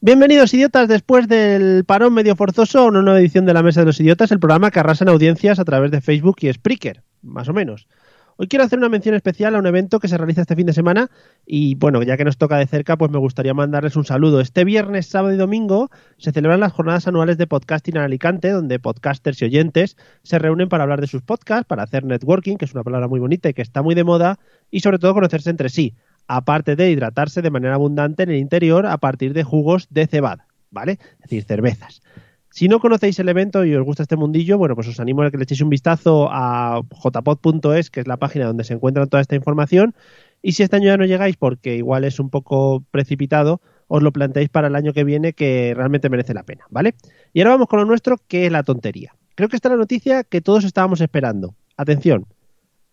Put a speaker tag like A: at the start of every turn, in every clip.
A: Bienvenidos, idiotas, después del parón medio forzoso a una nueva edición de La Mesa de los Idiotas, el programa que arrasa en audiencias a través de Facebook y Spreaker, más o menos. Hoy quiero hacer una mención especial a un evento que se realiza este fin de semana y bueno, ya que nos toca de cerca, pues me gustaría mandarles un saludo. Este viernes, sábado y domingo se celebran las jornadas anuales de podcasting en Alicante, donde podcasters y oyentes se reúnen para hablar de sus podcasts, para hacer networking, que es una palabra muy bonita y que está muy de moda, y sobre todo conocerse entre sí, aparte de hidratarse de manera abundante en el interior a partir de jugos de cebada, ¿vale? Es decir, cervezas. Si no conocéis el evento y os gusta este mundillo, bueno, pues os animo a que le echéis un vistazo a jpod.es, que es la página donde se encuentra toda esta información. Y si este año ya no llegáis, porque igual es un poco precipitado, os lo planteáis para el año que viene, que realmente merece la pena, ¿vale? Y ahora vamos con lo nuestro, que es la tontería. Creo que está la noticia que todos estábamos esperando. Atención,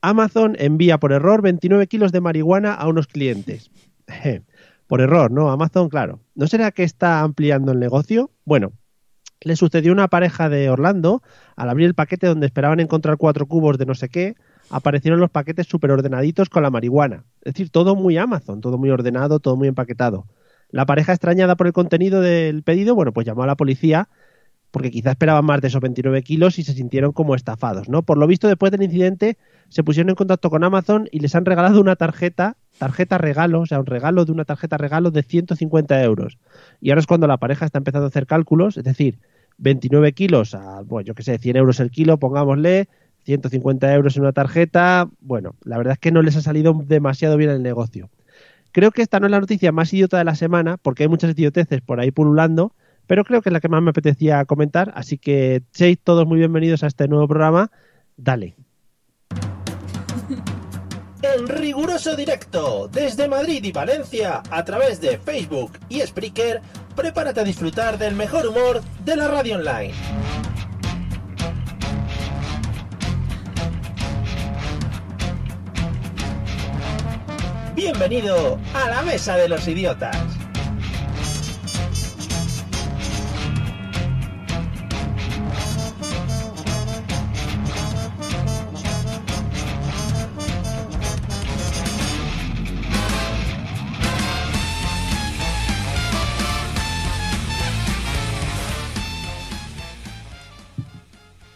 A: Amazon envía por error 29 kilos de marihuana a unos clientes. por error, ¿no? Amazon, claro. ¿No será que está ampliando el negocio? Bueno, le sucedió a una pareja de Orlando, al abrir el paquete donde esperaban encontrar cuatro cubos de no sé qué, aparecieron los paquetes súper ordenaditos con la marihuana. Es decir, todo muy Amazon, todo muy ordenado, todo muy empaquetado. La pareja extrañada por el contenido del pedido, bueno, pues llamó a la policía porque quizá esperaban más de esos 29 kilos y se sintieron como estafados, ¿no? Por lo visto, después del incidente, se pusieron en contacto con Amazon y les han regalado una tarjeta, tarjeta regalo, o sea, un regalo de una tarjeta regalo de 150 euros. Y ahora es cuando la pareja está empezando a hacer cálculos, es decir, 29 kilos a, bueno, yo qué sé, 100 euros el kilo, pongámosle, 150 euros en una tarjeta, bueno, la verdad es que no les ha salido demasiado bien el negocio. Creo que esta no es la noticia más idiota de la semana, porque hay muchas idioteces por ahí pululando, pero creo que es la que más me apetecía comentar, así que seis todos muy bienvenidos a este nuevo programa, dale.
B: En riguroso directo, desde Madrid y Valencia, a través de Facebook y Spreaker, prepárate a disfrutar del mejor humor de la radio online. Bienvenido a la Mesa de los Idiotas.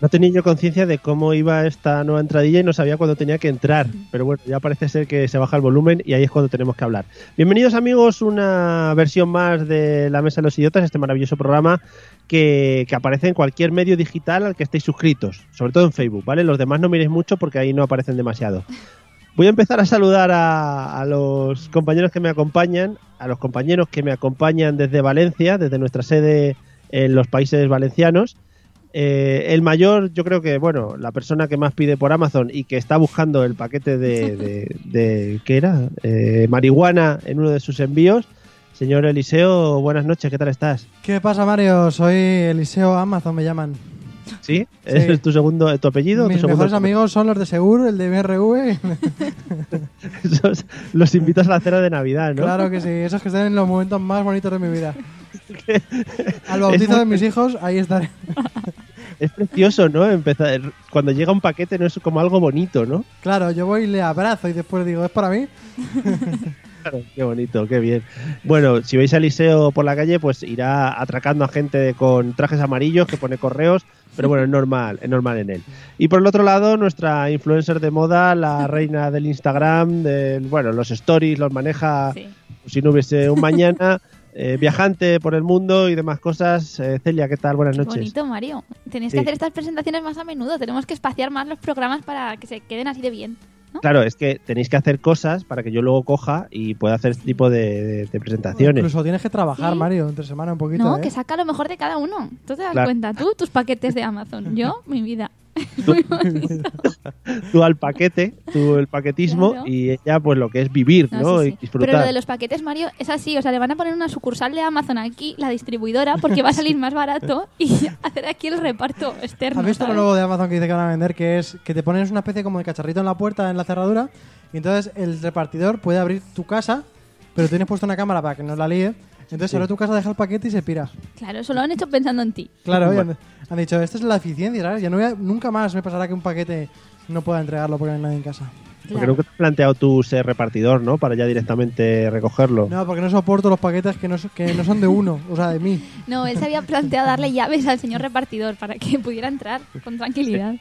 A: No tenía yo conciencia de cómo iba esta nueva entradilla y no sabía cuándo tenía que entrar. Pero bueno, ya parece ser que se baja el volumen y ahí es cuando tenemos que hablar. Bienvenidos amigos, una versión más de La Mesa de los Idiotas, este maravilloso programa que, que aparece en cualquier medio digital al que estéis suscritos, sobre todo en Facebook, ¿vale? Los demás no miréis mucho porque ahí no aparecen demasiado. Voy a empezar a saludar a, a los compañeros que me acompañan, a los compañeros que me acompañan desde Valencia, desde nuestra sede en los países valencianos. Eh, el mayor, yo creo que, bueno, la persona que más pide por Amazon y que está buscando el paquete de, de- de- ¿qué era? Eh, marihuana en uno de sus envíos. Señor Eliseo, buenas noches, ¿qué tal estás?
C: ¿Qué pasa, Mario? Soy Eliseo Amazon, me llaman.
A: ¿Sí? ¿Es tu segundo, tu apellido?
C: Mis
A: tu segundo
C: mejores amigos son los de Segur, el de MRV.
A: Esos- Los invitas a la cena de Navidad, ¿no?
C: Claro que sí, esos que están en los momentos más bonitos de mi vida. Al bautizo de mis hijos, ahí estaré.
A: Es precioso, ¿no? Empezar, cuando llega un paquete no es como algo bonito, ¿no?
C: Claro, yo voy y le abrazo y después digo, ¿es para mí?
A: Claro, Qué bonito, qué bien. Bueno, si veis a Eliseo por la calle, pues irá atracando a gente con trajes amarillos que pone correos, pero bueno, es normal, es normal en él. Y por el otro lado, nuestra influencer de moda, la reina del Instagram, del, bueno, los stories los maneja
D: Sí.
A: si no hubiese un mañana, eh, viajante por el mundo y demás cosas. Eh, Celia, ¿qué tal? Buenas
D: Qué
A: noches.
D: bonito, Mario. Tenéis
A: Sí.
D: que hacer estas presentaciones más a menudo. Tenemos que espaciar más los programas para que se queden así de bien.
A: Claro, es que tenéis que hacer cosas para que yo luego coja y pueda hacer este tipo de, de- de presentaciones.
C: Incluso tienes que trabajar,
D: Sí.
C: Mario, entre semana un poquito.
D: no,
C: ¿eh?
D: que saca lo mejor de cada uno. Tú te das
A: Claro.
D: cuenta, tú, tus paquetes de Amazon. Yo, mi vida.
A: Tú al paquete, tú el paquetismo
D: Claro.
A: y ella pues lo que es vivir, ¿no?
D: No, sí,
A: Y
D: sí.
A: disfrutar.
D: Pero lo de los paquetes, Mario, es así. O sea, le van a poner una sucursal de Amazon aquí, la distribuidora, porque va a salir más barato y hacer aquí el reparto externo.
C: ¿Has visto lo
D: ¿sabes?
C: nuevo de Amazon que dice que van a vender? Que es que te pones una especie como de cacharrito en la puerta, en la cerradura, y entonces el repartidor puede abrir tu casa, pero tienes puesto una cámara para que no la líe. Entonces solo tu casa deja el paquete y se pira.
D: Claro, eso lo han hecho pensando en ti.
C: Claro, y
A: Bueno.
C: han, han dicho, esta es la eficiencia, ¿sabes? Ya no voy a- nunca más me pasará que un paquete no pueda entregarlo porque no hay nadie en casa.
A: Porque nunca te has planteado tú ser repartidor, ¿no? Para ya directamente recogerlo.
C: No, porque no soporto los paquetes que no, so- que no son de uno, o sea, de mí.
D: No, él se había planteado darle llaves al señor repartidor para que pudiera entrar con tranquilidad.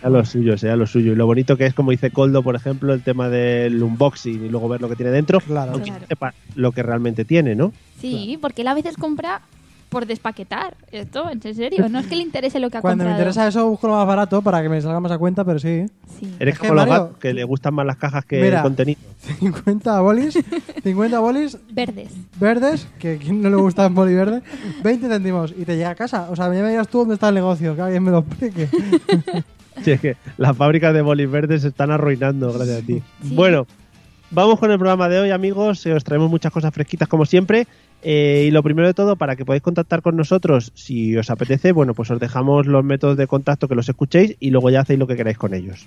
A: Sea lo suyo, sea lo suyo. Y lo bonito que es, como dice Coldo, por ejemplo, el tema del unboxing y luego ver lo que tiene dentro.
C: Claro.
A: Aunque
D: Claro.
A: sepa lo que realmente tiene, ¿no?
D: Sí, porque él a veces compra por despaquetar. Esto, en serio. No es que le interese lo que ha
C: Cuando me
D: comprado.
C: interesa eso, busco lo más barato para que me salga más a cuenta, pero sí. ¿eh?
D: Sí.
A: Eres
C: Es que
A: como los
C: Mario-
A: gatos, que le gustan más las cajas que
C: Mira.
A: el contenido.
C: 50 bolis, 50 bolis
D: Verdes.
C: verdes, que a quién no le gusta el boli verde, 20 céntimos y te llega a casa. O sea, ya me dirás tú dónde está el negocio, que alguien me lo explique.
A: Sí, es que las fábricas de bolis verdes se están arruinando gracias a ti.
D: Sí.
A: Bueno, vamos con el programa de hoy, amigos. Eh, Os traemos muchas cosas fresquitas como siempre. Eh, y lo primero de todo, para que podáis contactar con nosotros, si os apetece, bueno, pues os dejamos los métodos de contacto que los escuchéis y luego ya hacéis lo que queráis con ellos.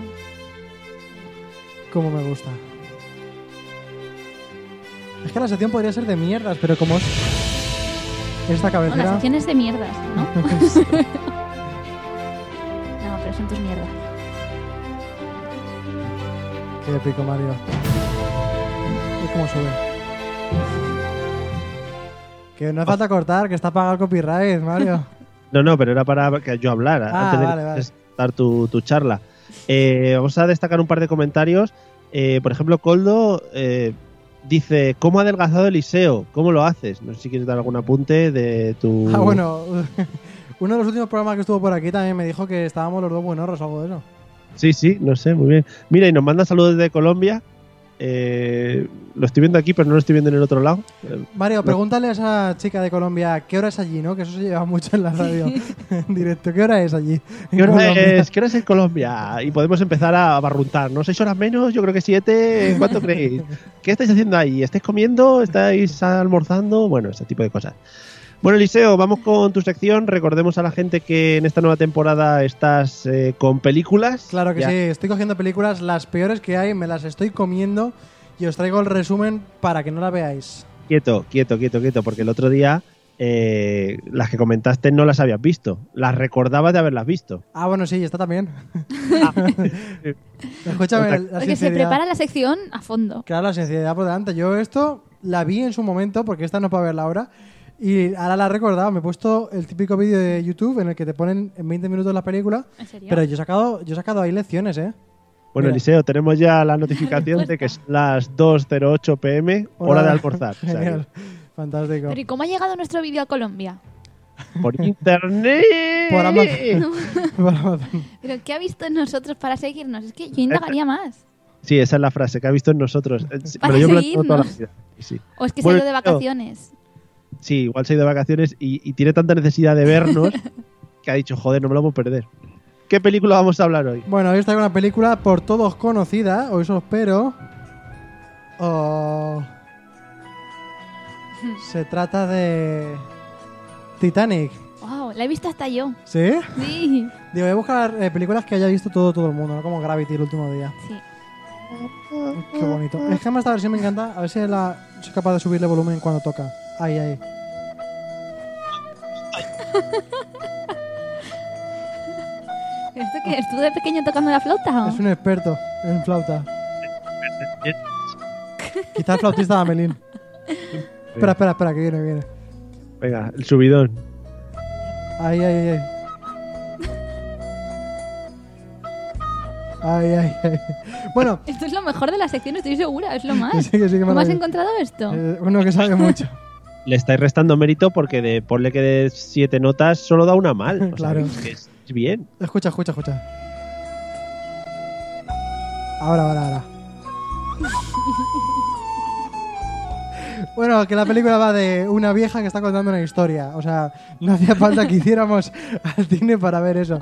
C: Como me gusta. Es que la sección podría ser de mierdas, pero como es esta
D: No, las
C: cabecera...
D: secciones de mierdas, ¿no? no, pero son tus mierdas.
C: ¡Qué épico, Mario! Es como sube. Que no hace falta cortar, que está pagado el copyright, Mario.
A: No, no, pero era para que yo hablara
C: Ah,
A: antes de
C: vale, vale.
A: estar tu, tu charla. Eh, vamos a destacar un par de comentarios. Eh, por ejemplo, Coldo eh, dice, ¿cómo ha adelgazado Eliseo? ¿Cómo lo haces? No sé si quieres dar algún apunte de tu...
C: Ah, bueno. Uno de los últimos programas que estuvo por aquí también me dijo que estábamos los dos buenorros o algo de eso.
A: Sí, sí, no sé, muy bien. Mira, y nos manda saludos de Colombia. Eh, lo estoy viendo aquí, pero no lo estoy viendo en el otro lado. Eh,
C: Mario, pregúntale a esa chica de Colombia qué hora es allí, ¿no? Que eso se lleva mucho en la radio en directo. ¿Qué hora es allí?
A: ¿Qué hora
C: Colombia.
A: es? ¿Qué hora es en Colombia? Y podemos empezar a barruntar, ¿no? ¿Seis horas menos? Yo creo que siete. ¿Cuánto creéis? ¿Qué estáis haciendo ahí? ¿Estáis comiendo? ¿Estáis almorzando? Bueno, ese tipo de cosas. Bueno, Eliseo, vamos con tu sección. Recordemos a la gente que en esta nueva temporada estás eh, con películas.
C: Claro que
A: Ya.
C: sí, estoy cogiendo películas, las peores que hay, me las estoy comiendo y os traigo el resumen para que no la veáis.
A: Quieto, quieto, quieto, quieto, porque el otro día eh, las que comentaste no las habías visto. Las recordabas de haberlas visto.
C: Ah, bueno, sí, está también.
A: Otra-
C: Escúchame, la
D: Ah. Porque se
C: sinceridad-
D: prepara la sección a fondo.
C: Claro, la sinceridad por delante. Yo esto la vi en su momento, porque esta no es para verla ahora. Y ahora la he recordado. Me he puesto el típico vídeo de YouTube en el que te ponen en 20 minutos la película.
D: ¿En serio?
C: Pero yo he sacado, yo he sacado ahí lecciones, ¿eh?
A: Bueno,
C: Mira.
A: Eliseo, tenemos ya la notificación de que son las 2.08 pm, hora de almorzar. O sea,
C: Genial. Fantástico.
D: Pero ¿y cómo ha llegado nuestro vídeo a Colombia?
A: que por internet.
C: Por Amazon. Por Amazon.
D: ¿Pero qué ha visto en nosotros para seguirnos? Es que yo indagaría más.
A: Sí, esa es la frase que ha visto en nosotros. Eh, sí,
D: Para
A: pero yo me la tengo toda la
D: seguirnos.
A: vida. Sí.
D: O es que
A: Bueno,
D: se ha ido de
A: claro.
D: vacaciones.
A: Sí, igual se ha ido de vacaciones y, y tiene tanta necesidad de vernos que ha dicho, joder, no me lo puedo perder. ¿Qué película vamos a hablar hoy?
C: Bueno, hoy os traigo una película por todos conocida, o eso espero. Oh. Se trata de. Titanic.
D: Wow, la he visto hasta yo.
C: ¿Sí?
D: Sí,
C: Digo, voy a buscar eh, películas que haya visto todo, todo el mundo, ¿no? Como Gravity el último día.
D: sí.
C: Qué bonito. Es que además esta versión me encanta. A ver si la... soy capaz de subirle volumen cuando toca. Ahí, ahí.
D: ¿Esto qué? ¿Estuve de pequeño tocando la flauta? o?
C: Es un experto en flauta. Quizás flautista de Amelín. Espera, espera, espera, que viene, viene.
A: Venga, el subidón.
C: Ay, ay, ay. Ay, ay, ay. Bueno,
D: Esto es lo mejor de la sección, estoy segura, es lo más.
C: sí que sí que me
D: ¿Cómo
C: lo
D: has
C: digo.
D: encontrado esto?
C: Eh, Uno que sabe mucho.
A: Le estáis restando mérito porque de ponle que de siete notas solo da una mal. O sea,
C: Claro.
A: que es bien.
C: Escucha, escucha, escucha. Ahora, ahora, ahora. Bueno, que la película va de una vieja que está contando una historia. O sea, no hacía falta que hiciéramos al cine para ver eso.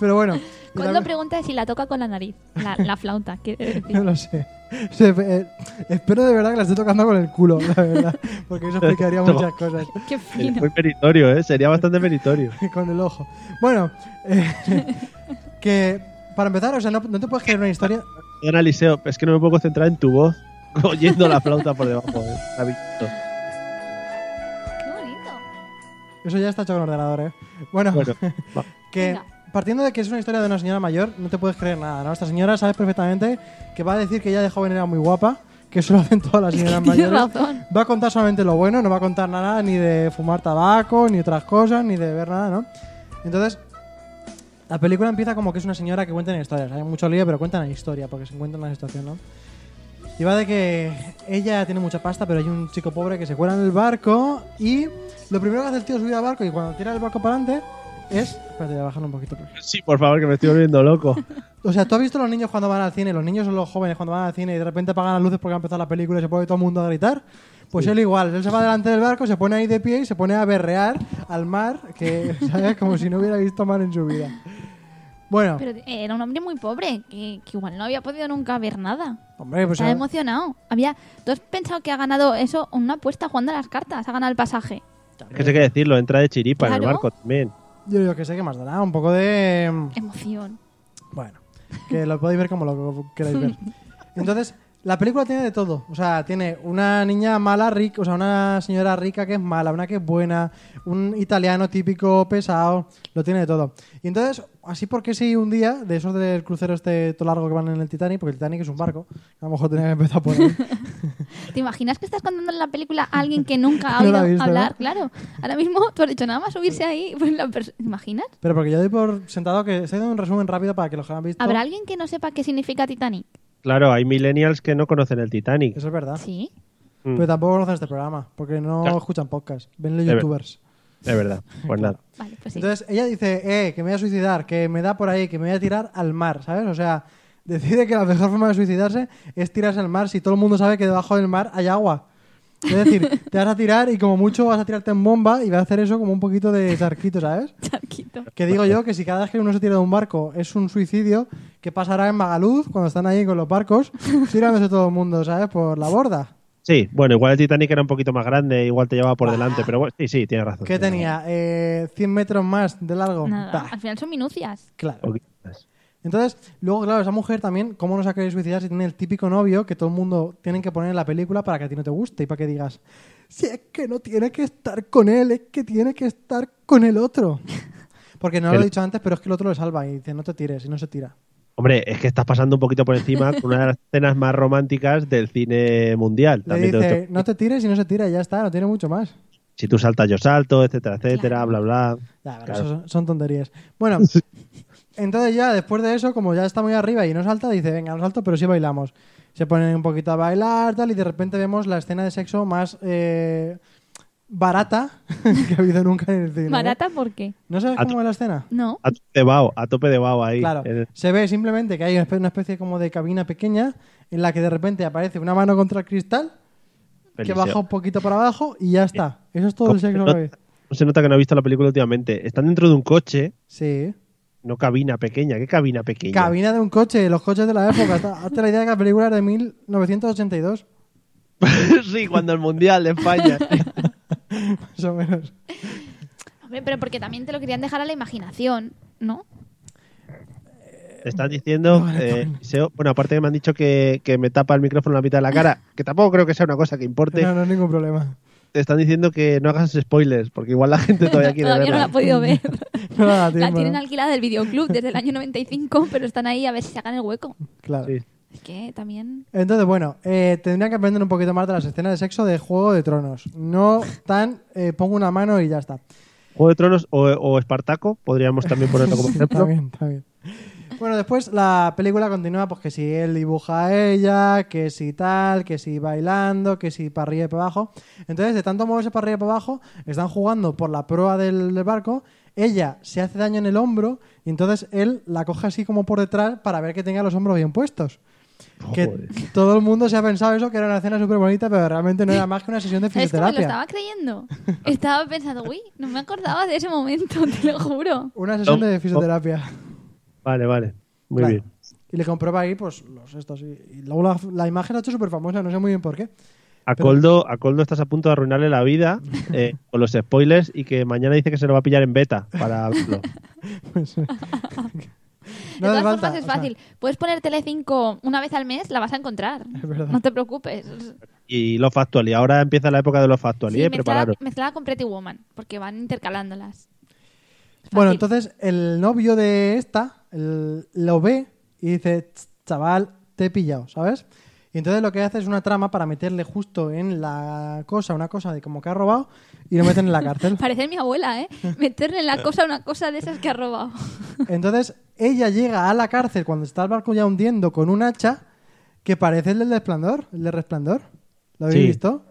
C: Pero bueno. y
D: Cuando
C: la-
D: pregunta si la toca con la nariz, la, la flauta, quiero decir.
C: No lo sé. Se- eh, espero de verdad que la esté tocando con el culo, la verdad. Porque eso explicaría muchas cosas.
D: Qué
A: Sería
D: fino.
A: Muy meritorio, ¿eh? Sería bastante meritorio.
C: con el ojo. Bueno, eh, que para empezar, o sea, no, no te puedes creer una historia.
A: Don Eliseo, es que no me puedo concentrar en tu voz oyendo la flauta por debajo. ¿eh? Está visto.
D: Qué bonito.
C: Eso ya está hecho con ordenador, ¿eh? Bueno,
A: Bueno, va.
C: que
D: Venga.
C: partiendo de que es una historia de una señora mayor, no te puedes creer nada, ¿no? Esta señora sabe perfectamente que va a decir que ella de joven era muy guapa, que eso lo hacen todas las señoras
D: Tienes
C: mayores.
D: razón.
C: Va a contar solamente lo bueno, no va a contar nada ni de fumar tabaco, ni otras cosas, ni de beber nada, ¿no? Entonces, la película empieza como que es una señora que cuenta historias. Hay mucho lío, pero cuentan la historia, porque se encuentran en la situación, ¿no? Y va de que ella tiene mucha pasta, pero hay un chico pobre que se cuela en el barco y lo primero que hace el tío es subir al barco y cuando tira el barco para adelante es... Espérate, voy a bajarlo un poquito. porque-
A: Sí, por favor, que me estoy volviendo loco.
C: o sea, ¿tú has visto los niños cuando van al cine? Los niños son los jóvenes cuando van al cine y de repente apagan las luces porque ha empezado la película y se pone todo el mundo a gritar. Pues él igual, él se va delante del barco, se pone ahí de pie y se pone a berrear al mar, que, ¿sabes? Como si no hubiera visto mar en su vida. Bueno,
D: Pero eh, era un hombre muy pobre, que, que igual no había podido nunca ver nada.
C: hombre, pues...
D: Se ha
C: a-
D: emocionado. Había, ¿Tú has pensado que ha ganado eso una apuesta jugando a las cartas? Ha ganado el pasaje.
A: Es que sé qué decirlo, entra de chiripa en el
D: Claro.
A: barco también.
C: Yo digo que sé que más dará, un poco de... mm,
D: Emoción.
C: Bueno, que lo podéis ver como lo queráis ver. Entonces, la película tiene de todo. O sea, tiene una niña mala, rica, o sea, una señora rica que es mala, una que es buena, un italiano típico pesado, lo tiene de todo. Y entonces, así porque sí, un día, de esos del crucero este todo largo que van en el Titanic, porque el Titanic es un barco, a lo mejor tenía que empezar por ahí.
D: ¿Te imaginas que estás contando la película a alguien que nunca ha
C: No
D: oído
C: la ha visto,
D: hablar?
C: ¿no?
D: Claro. Ahora mismo tú has dicho nada más subirse ahí. Pues la pers- ¿Te imaginas?
C: Pero porque yo doy por sentado que estoy dando un resumen rápido para que los que lo han visto.
D: ¿Habrá alguien que no sepa qué significa Titanic?
A: Claro, hay millennials que no conocen el Titanic.
C: Eso es verdad.
D: Sí.
A: Mm,
C: Pero tampoco conocen este programa, porque no
A: Claro.
C: escuchan podcast, ven los
A: Es verdad.
C: youtubers.
A: de verdad, pues nada.
D: Vale, pues sí.
C: Entonces ella dice, eh, que me voy a suicidar, que me da por ahí, que me voy a tirar al mar, ¿sabes? O sea, decide que la mejor forma de suicidarse es tirarse al mar si todo el mundo sabe que debajo del mar hay agua. Es decir, te vas a tirar y como mucho vas a tirarte en bomba y vas a hacer eso como un poquito de charquito, ¿sabes?
D: Charquito.
C: Que digo yo que si cada vez que uno se tira de un barco es un suicidio, ¿qué pasará en Magaluz cuando están ahí con los barcos tirándose todo el mundo, ¿sabes? Por la borda.
A: Sí, bueno, igual el Titanic era un poquito más grande, igual te llevaba por delante, pero bueno, sí, sí, tienes razón.
C: ¿Qué tenía? Eh, ¿100 metros más de largo?
D: Nada.
C: Bah,
D: Al final son minucias.
C: claro.
A: Un poquito más.
C: Entonces, luego, claro, esa mujer también, ¿cómo no se ha querido suicidar si tiene el típico novio que todo el mundo tiene que poner en la película para que a ti no te guste y para que digas, si es que no tiene que estar con él, es que tiene que estar con el otro? Porque no lo he
A: El-
C: dicho antes, pero es que el otro lo salva y dice, no te tires y no se tira.
A: Hombre, es que estás pasando un poquito por encima con una de las escenas más románticas del cine mundial.
C: Le
A: También te lo
C: dice,
A: estoy-
C: no te tires y no se tira y ya está, no tiene mucho más.
A: Si tú saltas, yo salto, etcétera, etcétera, bla, bla.
C: Ya, pero
A: Claro.
C: eso son, son tonterías. Bueno, entonces ya después de eso, como ya está muy arriba y no salta, dice, venga, no salto, pero sí bailamos. Se ponen un poquito a bailar, tal, y de repente vemos la escena de sexo más eh, barata que ha habido nunca en el cine. ¿eh?
D: ¿Barata por qué?
C: ¿No sabes
A: A
C: cómo es la escena?
D: No.
A: A tope de vaho, a tope de vaho ahí.
C: Claro,
A: En Ah, el-
C: se ve simplemente que hay una espe- una especie como de cabina pequeña en la que de repente aparece una mano contra el cristal que
A: Eliseo.
C: baja un poquito para abajo y ya está. Eso es
A: Eh,
C: todo
A: ¿Cómo
C: el
A: se
C: sexo
A: nota-
C: que hay.
A: cómo se nota que no ha visto la película últimamente. Están dentro de un coche,
C: Sí.
A: no cabina pequeña. ¿Qué cabina pequeña?
C: Cabina de un coche, los coches de la época. Hasta- Hazte la idea que la película era de 1982,
A: sí, cuando el Mundial de España.
C: más o menos.
D: Hombre, pero porque también te lo querían dejar a la imaginación, ¿no?
A: Te están diciendo, eh, Eliseo- bueno, aparte que me han dicho que, que me tapa el micrófono la mitad de la cara, que tampoco creo que sea una cosa que importe,
C: No, no es ningún problema.
A: te están diciendo que no hagas spoilers, porque igual la gente todavía quiere
D: Todavía no la
C: ¿eh?
A: verla.
D: ha podido ver.
C: No le da
D: la
C: tiempo,
D: tienen
C: ¿no?
D: alquilada del videoclub desde el año 95, pero están ahí a ver si sacan el hueco.
C: Claro.
A: Sí.
D: Es que también...
C: Entonces, bueno, eh, tendría que aprender un poquito más de las escenas de sexo de Juego de Tronos. No tan eh, pongo una mano y ya está.
A: Juego de Tronos o, o Espartaco, podríamos también ponerlo como
C: Está
A: ejemplo.
C: bien, está bien. Bueno, después la película continúa, pues que si él dibuja a ella, que si tal, que si bailando, que si para arriba y para abajo. Entonces, de tanto moverse para arriba y para abajo, están jugando por la proa del, del barco. Ella se hace daño en el hombro y entonces él la coge así como por detrás para ver que tenga los hombros bien puestos. Que
A: Joder.
C: todo el mundo se ha pensado eso, que era una escena súper bonita, pero realmente no era más que una sesión de
D: ¿Sabes que me lo
C: fisioterapia.
D: estaba creyendo? Estaba pensando, uy, no me acordaba de ese momento, te lo juro.
C: Una sesión
A: No.
C: de fisioterapia.
A: Vale, vale. Muy
C: Claro.
A: bien.
C: Y le comprueba ahí, pues, los estos. Y, y luego la, la imagen la ha hecho súper famosa, no sé muy bien por qué.
A: A Coldo, a Coldo estás a punto de arruinarle la vida eh, con los spoilers y que mañana dice que se lo va a pillar en beta para verlo.
C: Pues, no
D: De todas
C: hace falta,
D: formas es
C: o sea,
D: fácil. Puedes poner Telecinco una vez al mes, la vas a encontrar.
C: es verdad.
D: No te preocupes.
A: Y los Factual. Y ahora empieza la época de los Factual.
D: Sí,
A: y eh,
D: mezclada,
A: prepararos.
D: mezclada con Pretty Woman, porque van intercalándolas. Fácil.
C: Bueno, entonces el novio de esta el- lo ve y dice, "Ch- chaval, te he pillado, ¿sabes? Y entonces lo que hace es una trama para meterle justo en la cosa, una cosa de como que ha robado, y lo meten en la cárcel.
D: Parecer mi abuela, ¿eh? Meterle en la cosa una cosa de esas que ha robado.
C: Entonces ella llega a la cárcel cuando está el barco ya hundiendo con un hacha que parece el del resplandor, el de resplandor. ¿Lo habéis
A: Sí.
C: visto?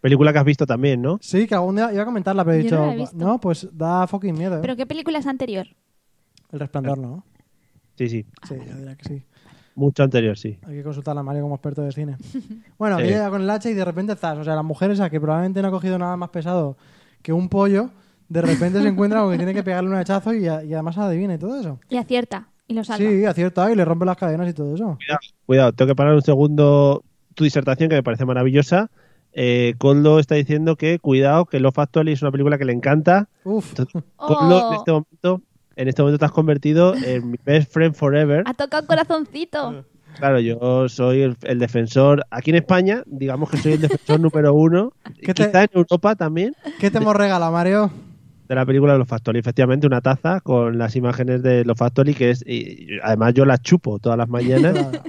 A: Película que has visto también, ¿no?
C: Sí, que algún día iba a comentarla, pero he
D: Yo no
C: dicho,
D: la he visto.
C: no, pues da fucking miedo. ¿eh?
D: ¿Pero qué película es anterior?
C: El resplandor no.
A: Sí, sí.
D: Ah.
C: Sí, yo diría que sí.
A: Mucho anterior, sí.
C: Hay que consultar a Mario como experto de cine. Bueno,
A: Sí.
C: que llega con el hacha y de repente estás. O sea, la mujer esa que probablemente no ha cogido nada más pesado que un pollo, de repente se encuentra con que tiene que pegarle un hachazo y, a- y además adivina y todo eso.
D: Y acierta, y lo salva.
C: Sí, acierta y le rompe las cadenas y todo eso.
A: Cuidado, cuidado, tengo que parar un segundo tu disertación que me parece maravillosa. Eh, Coldo está diciendo que cuidado, que Love Actually es una película que le encanta.
C: Uf,
A: Coldo,
D: Oh.
A: en este momento, en este momento te has convertido en mi best friend forever.
D: Ha tocado un corazoncito.
A: Claro, yo soy el, el defensor. Aquí en España, digamos que soy el defensor número uno.
C: ¿Qué te-
A: Quizá en Europa también.
C: ¿qué te hemos regalado, Mario?
A: de la película de los Factory. Efectivamente, una taza con las imágenes de los Factory, que es. y- y además, yo las chupo todas las mañanas.
C: Claro,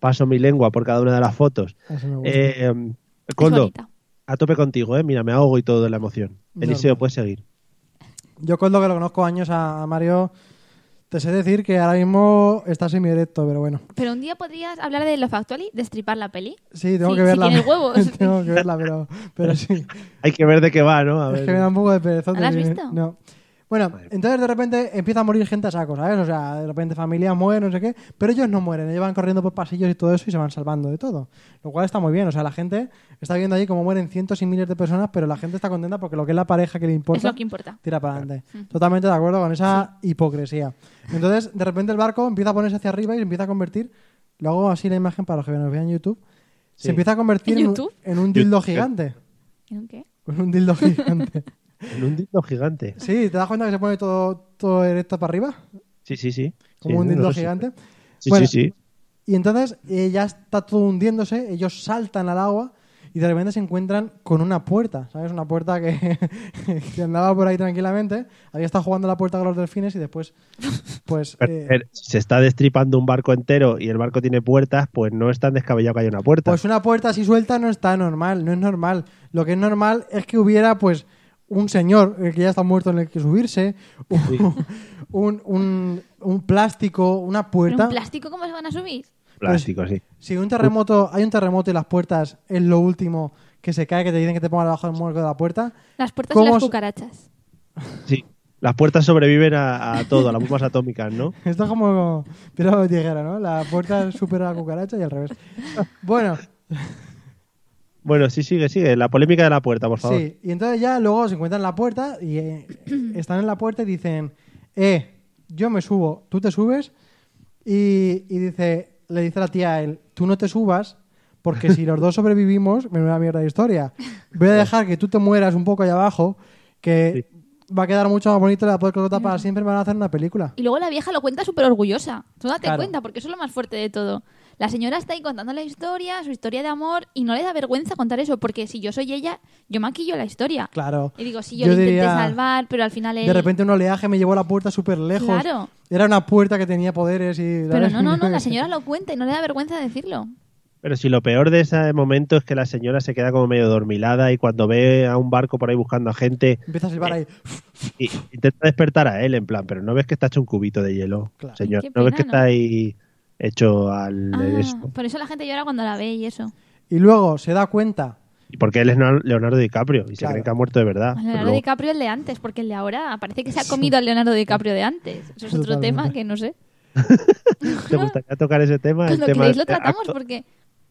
A: paso mi lengua por cada una de las fotos.
C: eso me gusta.
A: Eh,
D: Es
A: Coldo,
D: bonita.
A: a tope contigo, ¿eh? Mira, me ahogo y todo de la emoción.
C: Normal.
A: Eliseo, puedes seguir.
C: Yo con lo que lo conozco años a, a Mario, te sé decir que ahora mismo está semi-erecto, pero bueno.
D: Pero un día podrías hablar de lo factual y destripar la peli.
C: Sí, tengo
D: Sí,
C: que
D: si
C: verla.
D: tienes huevos.
C: tengo que verla, pero, pero sí.
A: Hay que ver de qué va, ¿no? A
C: Es que me da
A: ver.
C: un poco de perezón.
D: ¿No la has
C: de-
D: visto?
C: No. Bueno, entonces de repente empieza a morir gente a saco, ¿sabes? O sea, de repente familia muere, no sé qué, pero ellos no mueren, ellos van corriendo por pasillos y todo eso y se van salvando de todo. Lo cual está muy bien, o sea, la gente está viendo allí cómo mueren cientos y miles de personas, pero la gente está contenta porque lo que es la pareja que le
D: Es
C: importa
D: lo que importa.
C: tira para adelante. Totalmente de acuerdo con esa hipocresía. Entonces, de repente el barco empieza a ponerse hacia arriba y se empieza a convertir, lo hago así la imagen para los que nos vean en YouTube, se
A: Sí.
C: empieza a convertir
D: ¿En
C: en un-
D: YouTube?
C: en un dildo
A: YouTube.
C: gigante.
D: ¿En un qué?
C: En un dildo gigante.
A: En un dildo gigante.
C: Sí, ¿te das cuenta que se pone todo, todo erecto para arriba?
A: Sí, sí, sí.
C: Como
A: Sí,
C: un dildo
A: no sé.
C: gigante.
A: Sí,
C: Bueno, eh,
A: sí, sí.
C: Y entonces eh, ya está todo hundiéndose, ellos saltan al agua y de repente se encuentran con una puerta, ¿sabes? Una puerta que, que andaba por ahí tranquilamente, había estado jugando a la puerta con los delfines y después, pues...
A: Pero,
C: eh,
A: pero, si se está destripando un barco entero y el barco tiene puertas, pues no es tan descabellado que haya una puerta.
C: Pues una puerta así suelta no está normal, no es normal. Lo que es normal es que hubiera, pues, un señor eh, que ya está muerto en el que subirse, un, un, un- un plástico, una
D: ¿Pero
C: puerta.
D: un plástico cómo se van a subir?
C: pues
A: Plástico, sí.
C: Si un terremoto, hay un terremoto y las puertas es lo último que se cae, que te dicen que te pongan debajo del muerto de la puerta.
D: Las puertas y
C: ¿Cómo
D: las
C: se-
D: cucarachas.
A: Sí. Las puertas sobreviven a, a todo, a las bombas atómicas, ¿no?
C: Esto es como piedra o tijera, ¿no? La puerta supera a la cucaracha y al revés. Bueno,
A: Bueno, sí, sigue, sigue. La polémica de la puerta, por favor.
C: Sí, y entonces ya luego se encuentran en la puerta y eh, están en la puerta y dicen, eh, yo me subo, tú te subes. Y, y dice, le dice la tía a él, tú no te subas porque si los dos sobrevivimos, me una mierda de historia. Voy a dejar que tú te mueras un poco allá abajo, que va a quedar mucho más bonito, la poder colocar para siempre, me van a hacer una película.
D: Y luego la vieja lo cuenta súper orgullosa. Tú date
C: Claro.
D: cuenta, porque eso es lo más fuerte de todo. La señora está ahí contando la historia, su historia de amor, y no le da vergüenza contar eso, porque si yo soy ella, yo maquillo la historia.
C: Claro.
D: Y digo, sí, yo,
C: Yo
D: le intenté
C: diría,
D: salvar, pero al final él...
C: De repente un oleaje me llevó a la puerta súper lejos.
D: Claro.
C: Era una puerta que tenía poderes y...
D: Pero no, no, no, la señora lo cuenta y no le da vergüenza decirlo.
A: Pero si lo peor de ese momento es que la señora se queda como medio dormilada y cuando ve a un barco por ahí buscando a gente,
C: Empieza a silbar
D: Eh,
C: ahí.
A: i- intenta despertar a él en plan, pero no ves que está hecho un cubito de hielo,
C: Claro.
A: señor.
D: Qué
A: no ves
D: pena,
A: que
D: ¿no?
A: está ahí hecho al
D: Ah,
A: eso.
D: por eso la gente llora cuando la ve y eso.
C: Y luego se da cuenta
A: Y porque él es Leonardo- Leonardo DiCaprio y se
C: Claro.
A: cree que ha muerto de verdad. Ah,
D: Bueno,
A: pero
D: Leonardo
A: luego-
D: DiCaprio el de antes, porque el de ahora parece que se ha comido al Leonardo DiCaprio de antes. Eso es otro
C: Totalmente.
D: tema que no sé.
A: ¿Te gustaría tocar ese tema?
D: Cuando
A: el tema
D: queréis lo
A: de
D: tratamos
A: acto-
D: porque.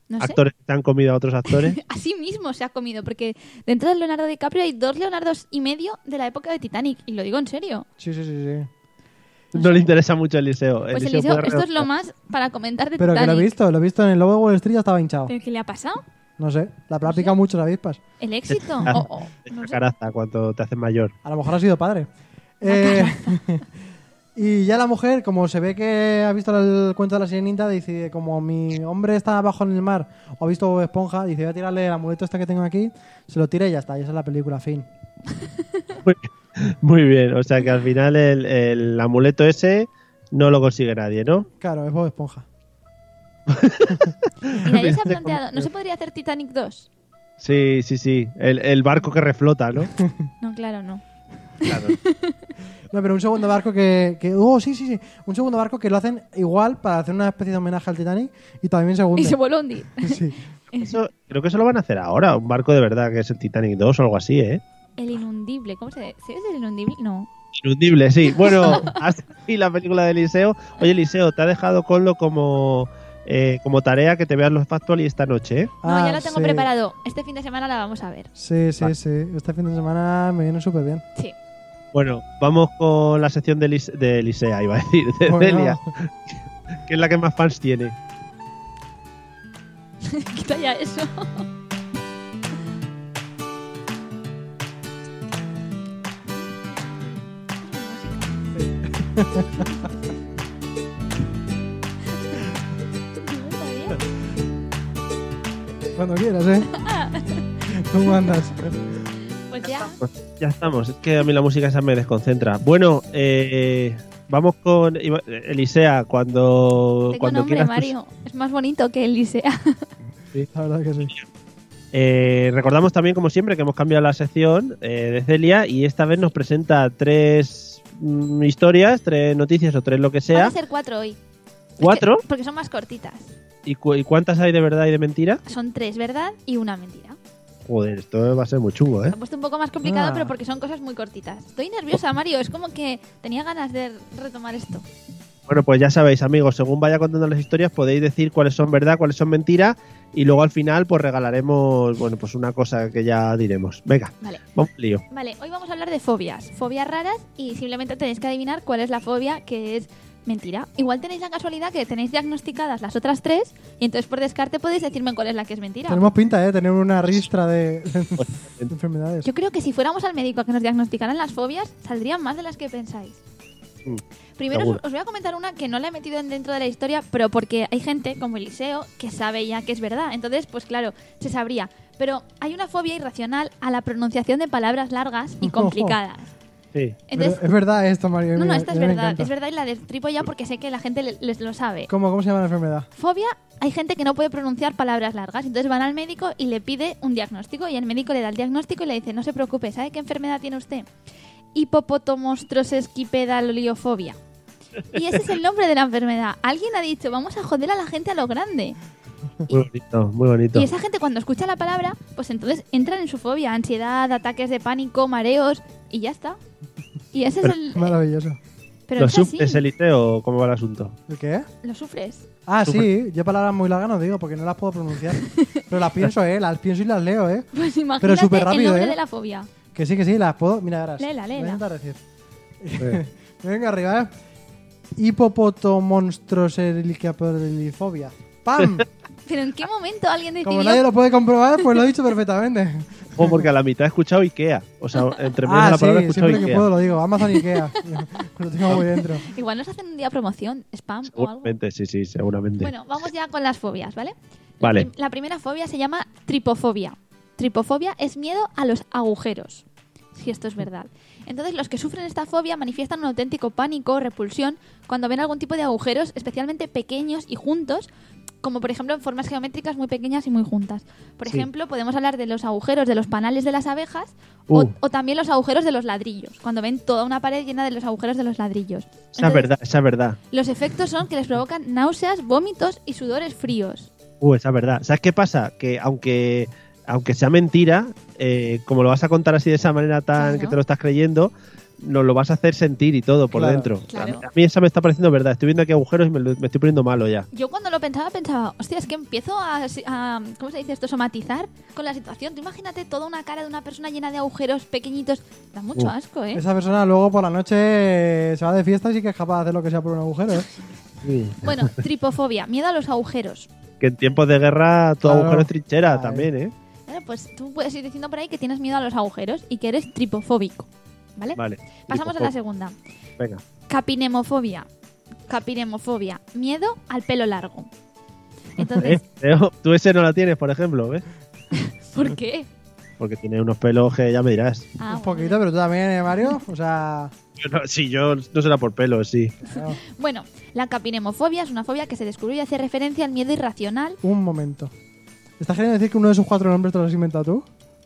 D: No sé.
A: Actores que han comido a otros actores.
D: Así mismo se ha comido, porque dentro de Leonardo DiCaprio hay dos Leonardos y medio de la época de Titanic, y lo digo en serio.
C: Sí, sí, sí, sí.
A: No le interesa mucho el liceo.
D: Pues
A: Eliseo
D: Eliseo,
A: Eh, puede
D: esto es
A: renunciar.
D: lo más para comentar de
C: Pero que lo he
D: Titanic.
C: visto, lo he visto en el logo de Wall Street ya estaba hinchado.
D: ¿Pero qué le ha pasado?
C: No sé, la práctica mucho las avispas.
D: ¿El éxito?
A: Ah,
D: O- o-
A: Te
D: no
A: echa
D: sé.
A: caraza cuando te haces mayor.
C: A lo mejor ha sido padre. Eh, y ya la mujer, como se ve que ha visto el cuento de la sirenita, dice, como mi hombre está abajo en el mar o ha visto Bob Esponja, dice, voy a tirarle el amuleto este que tengo aquí, se lo tira y ya está, y esa es la película, fin.
A: Muy bien, o sea que al final el, el amuleto ese no lo consigue nadie, ¿no?
C: Claro, es Bob Esponja.
D: Y nadie se ha
A: Fíjate cómo-
D: planteado, ¿no se podría hacer Titanic 2?
A: Sí, sí, sí. El, el barco que reflota, ¿no?
D: No, claro, no.
A: Claro.
C: No, pero un segundo barco que, que- Oh, sí, sí, sí. Un segundo barco que lo hacen igual para hacer una especie de homenaje al Titanic y también se hunde.
D: Y se vuelve a hundir.
C: Sí.
A: Eso- creo que eso lo van a hacer ahora, un barco de verdad que es el Titanic 2 o algo así, ¿eh?
D: El inundible, ¿cómo se dice? ¿Se dice el inundible? No.
A: Inundible, sí. Bueno, hasta aquí la película de Eliseo. Oye, Eliseo, te ha dejado Conlo como, eh, como tarea que te veas los Factual y esta noche, ¿eh?
D: No,
C: Ah,
D: ya lo tengo
C: sí.
D: preparado. Este fin de semana la vamos a ver.
C: Sí, sí,
A: Vale.
C: sí. Este fin de semana me viene súper bien.
D: Sí.
A: Bueno, vamos con la sección de, Elis- de Elisea, iba a decir, de Celia, que es la que más fans tiene.
D: Quita ya eso.
C: Cuando quieras, ¿eh? ¿Cómo andas?
D: Pues ya,
A: Ya estamos, es que a mí la música esa me desconcentra. Bueno, eh, vamos con Iba- Elisea, cuando,
D: tengo
A: cuando
D: nombre,
A: quieras. tú-
D: Mario. Es más bonito que Elisea.
C: La verdad que sí.
A: Eh, recordamos también, como siempre, que hemos cambiado la sección eh, de Celia y esta vez nos presenta tres mm, historias, tres noticias o tres lo que
D: Van
A: sea.
D: a ser cuatro hoy.
A: ¿Cuatro?
D: Porque, porque son más cortitas.
A: ¿Y, cu- y cuántas hay de verdad y de mentira?
D: Son tres verdad y una mentira.
A: Joder, esto va a ser muy chungo, ¿eh?
D: Lo he puesto un poco más complicado,
C: Ah.
D: pero porque son cosas muy cortitas. Estoy nerviosa, Mario. Es como que tenía ganas de retomar esto.
A: Bueno, pues ya sabéis, amigos, según vaya contando las historias, podéis decir cuáles son verdad, cuáles son mentira, y luego al final, pues regalaremos, bueno, pues una cosa que ya diremos. Venga,
D: Vale.
A: vamos al lío.
D: Vale, hoy vamos a hablar de fobias. Fobias raras y simplemente tenéis que adivinar cuál es la fobia que es mentira. Igual tenéis la casualidad que tenéis diagnosticadas las otras tres y entonces por descarte podéis decirme cuál es la que es mentira.
C: Tenemos pinta, ¿eh? Tener una ristra de, de enfermedades.
D: Yo creo que si fuéramos al médico a que nos diagnosticaran las fobias, saldrían más de las que pensáis.
A: Mm,
D: Primero os,
A: seguro.
D: os voy a comentar una que no la he metido en- dentro de la historia, pero porque hay gente, como Eliseo, que sabe ya que es verdad. Entonces, pues claro, se sabría. Pero hay una fobia irracional a la pronunciación de palabras largas y complicadas.
A: Sí.
C: Pero
D: Entonces,
C: es verdad esto, Mario.
D: no, no,
C: mira,
D: esta es
C: ya me
D: verdad.
C: encanta.
D: Es verdad y la destripo ya porque sé que la gente le- les lo sabe.
C: ¿Cómo, ¿Cómo se llama la enfermedad?
D: Fobia, hay gente que no puede pronunciar palabras largas, entonces van al médico y le pide un diagnóstico y el médico le da el diagnóstico y le dice, no se preocupe, ¿sabe qué enfermedad tiene usted? Hipopotomostrosequipedaliofobia. Y ese es el nombre de la enfermedad. Alguien ha dicho, vamos a joder a la gente a lo grande.
A: Muy bonito, muy bonito.
D: Y esa gente cuando escucha la palabra, pues entonces entran en su fobia, ansiedad, ataques de pánico, mareos y ya está. Y ese es el...
C: Maravilloso.
D: Pero
A: ¿Lo
D: es así,
A: sufres, Eliseo, o cómo va el asunto?
C: ¿El qué?
D: lo sufres.
C: Ah,
A: Súper.
C: sí. Yo palabras muy largas no digo porque no las puedo pronunciar. Pero las pienso, ¿eh? Las pienso y las leo, ¿eh?
D: Pues imagínate
C: súper
D: el
C: rápido,
D: nombre
C: ¿eh?
D: de la fobia.
C: Que sí, que sí, las puedo. Mira, verás. Voy
D: Léela,
C: a
D: léela.
C: intentar decir. Venga, arriba, ¿eh? Hipopotomonstroserilicapodilifobia. ¡Pam!
D: Pero ¿en qué momento alguien decidió
C: Como nadie lo puede comprobar, pues lo he dicho perfectamente.
A: O porque a la mitad he escuchado Ikea. O sea, entre menos
C: ah,
A: la palabra he
C: sí,
A: escuchado
C: siempre que
A: Ikea.
C: puedo lo digo. Amazon Ikea. lo tengo muy dentro.
D: Igual nos hacen un día promoción, spam o algo.
A: Seguramente, sí, sí, seguramente.
D: Bueno, vamos ya con las fobias, ¿vale?
A: Vale.
D: La primera fobia se llama tripofobia. Tripofobia es miedo a los agujeros, si esto es verdad. Entonces, los que sufren esta fobia manifiestan un auténtico pánico o repulsión cuando ven algún tipo de agujeros, especialmente pequeños y juntos, como por ejemplo en formas geométricas muy pequeñas y muy juntas. Por
A: Sí.
D: ejemplo, podemos hablar de los agujeros de los panales de las abejas
A: Uh.
D: o, o también los agujeros de los ladrillos, cuando ven toda una pared llena de los agujeros de los ladrillos.
A: esa es
D: Entonces,
A: verdad, esa es verdad.
D: los efectos son que les provocan náuseas, vómitos y sudores fríos.
A: Uh, esa es verdad. ¿Sabes qué pasa? Que aunque, aunque sea mentira, eh, como lo vas a contar así de esa manera tan
D: Claro.
A: que te lo estás creyendo, nos lo vas a hacer sentir y todo por
C: Claro.
A: dentro.
D: Claro.
A: A, mí, a mí esa me está pareciendo verdad. Estoy viendo aquí agujeros y me, lo- me estoy poniendo malo ya.
D: Yo cuando lo pensaba, pensaba, hostia, es que empiezo a, a- ¿Cómo se dice esto? Somatizar con la situación. Tú imagínate toda una cara de una persona llena de agujeros pequeñitos. Da mucho
A: Uh.
D: asco, ¿eh?
C: Esa persona luego por la noche eh, se va de fiesta y sí que es capaz de hacer lo que sea por un agujero. ¿eh?
D: Bueno, tripofobia, miedo a los agujeros.
A: Que en tiempos de guerra tu
C: Claro.
A: agujero es trinchera
C: Ay.
A: también, ¿eh?
D: Eh, Pues tú puedes ir diciendo por ahí que tienes miedo a los agujeros y que eres tripofóbico. ¿Vale?
A: Vale.
D: ¿Eh? Pasamos a la segunda.
A: Venga.
D: Capinemofobia. Capinemofobia, miedo al pelo largo. Entonces,
A: Eh, Teo, Tú ese no la tienes, por ejemplo, ¿ves?
D: ¿por qué?
A: Porque tiene unos pelos que ya me dirás.
D: Ah,
C: un
D: bueno.
C: poquito, pero tú también, eh, Mario. O sea,
A: Yo no- sí, yo no será por pelos, sí.
C: claro,
D: Bueno, la capinemofobia es una fobia que se descubrió y hace referencia al miedo irracional.
C: un momento. ¿Estás queriendo decir que uno de esos cuatro nombres te los has inventado tú?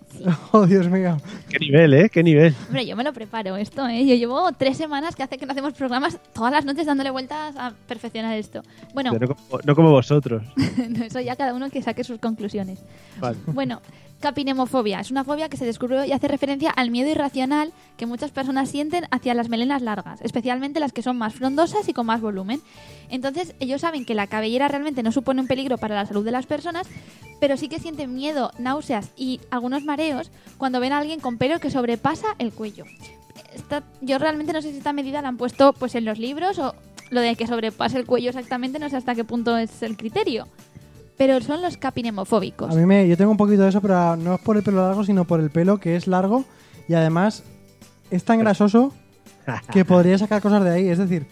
C: oh, Dios mío.
A: Qué nivel, ¿eh? Qué nivel.
D: Hombre, yo me lo preparo esto, ¿eh? Yo llevo tres semanas que hace que no hacemos programas todas las noches dándole vueltas a perfeccionar esto. Bueno,
A: Yo No. como, no como vosotros.
D: eso ya cada uno que saque sus conclusiones.
A: Vale.
D: Bueno, capinemofobia es una fobia que se descubrió y hace referencia al miedo irracional que muchas personas sienten hacia las melenas largas, especialmente las que son más frondosas y con más volumen. Entonces, ellos saben que la cabellera realmente no supone un peligro para la salud de las personas, pero sí que sienten miedo, náuseas y algunos mareos cuando ven a alguien con pelo que sobrepasa el cuello. Esta- yo realmente no sé si esta medida la han puesto pues en los libros o lo de que sobrepase el cuello exactamente, no sé hasta qué punto es el criterio. Pero son los capinemofóbicos.
C: A mí me, yo tengo un poquito de eso, pero no es por el pelo largo, sino por el pelo que es largo y además es
A: Pues
C: tan grasoso que podría sacar cosas de ahí. Es decir,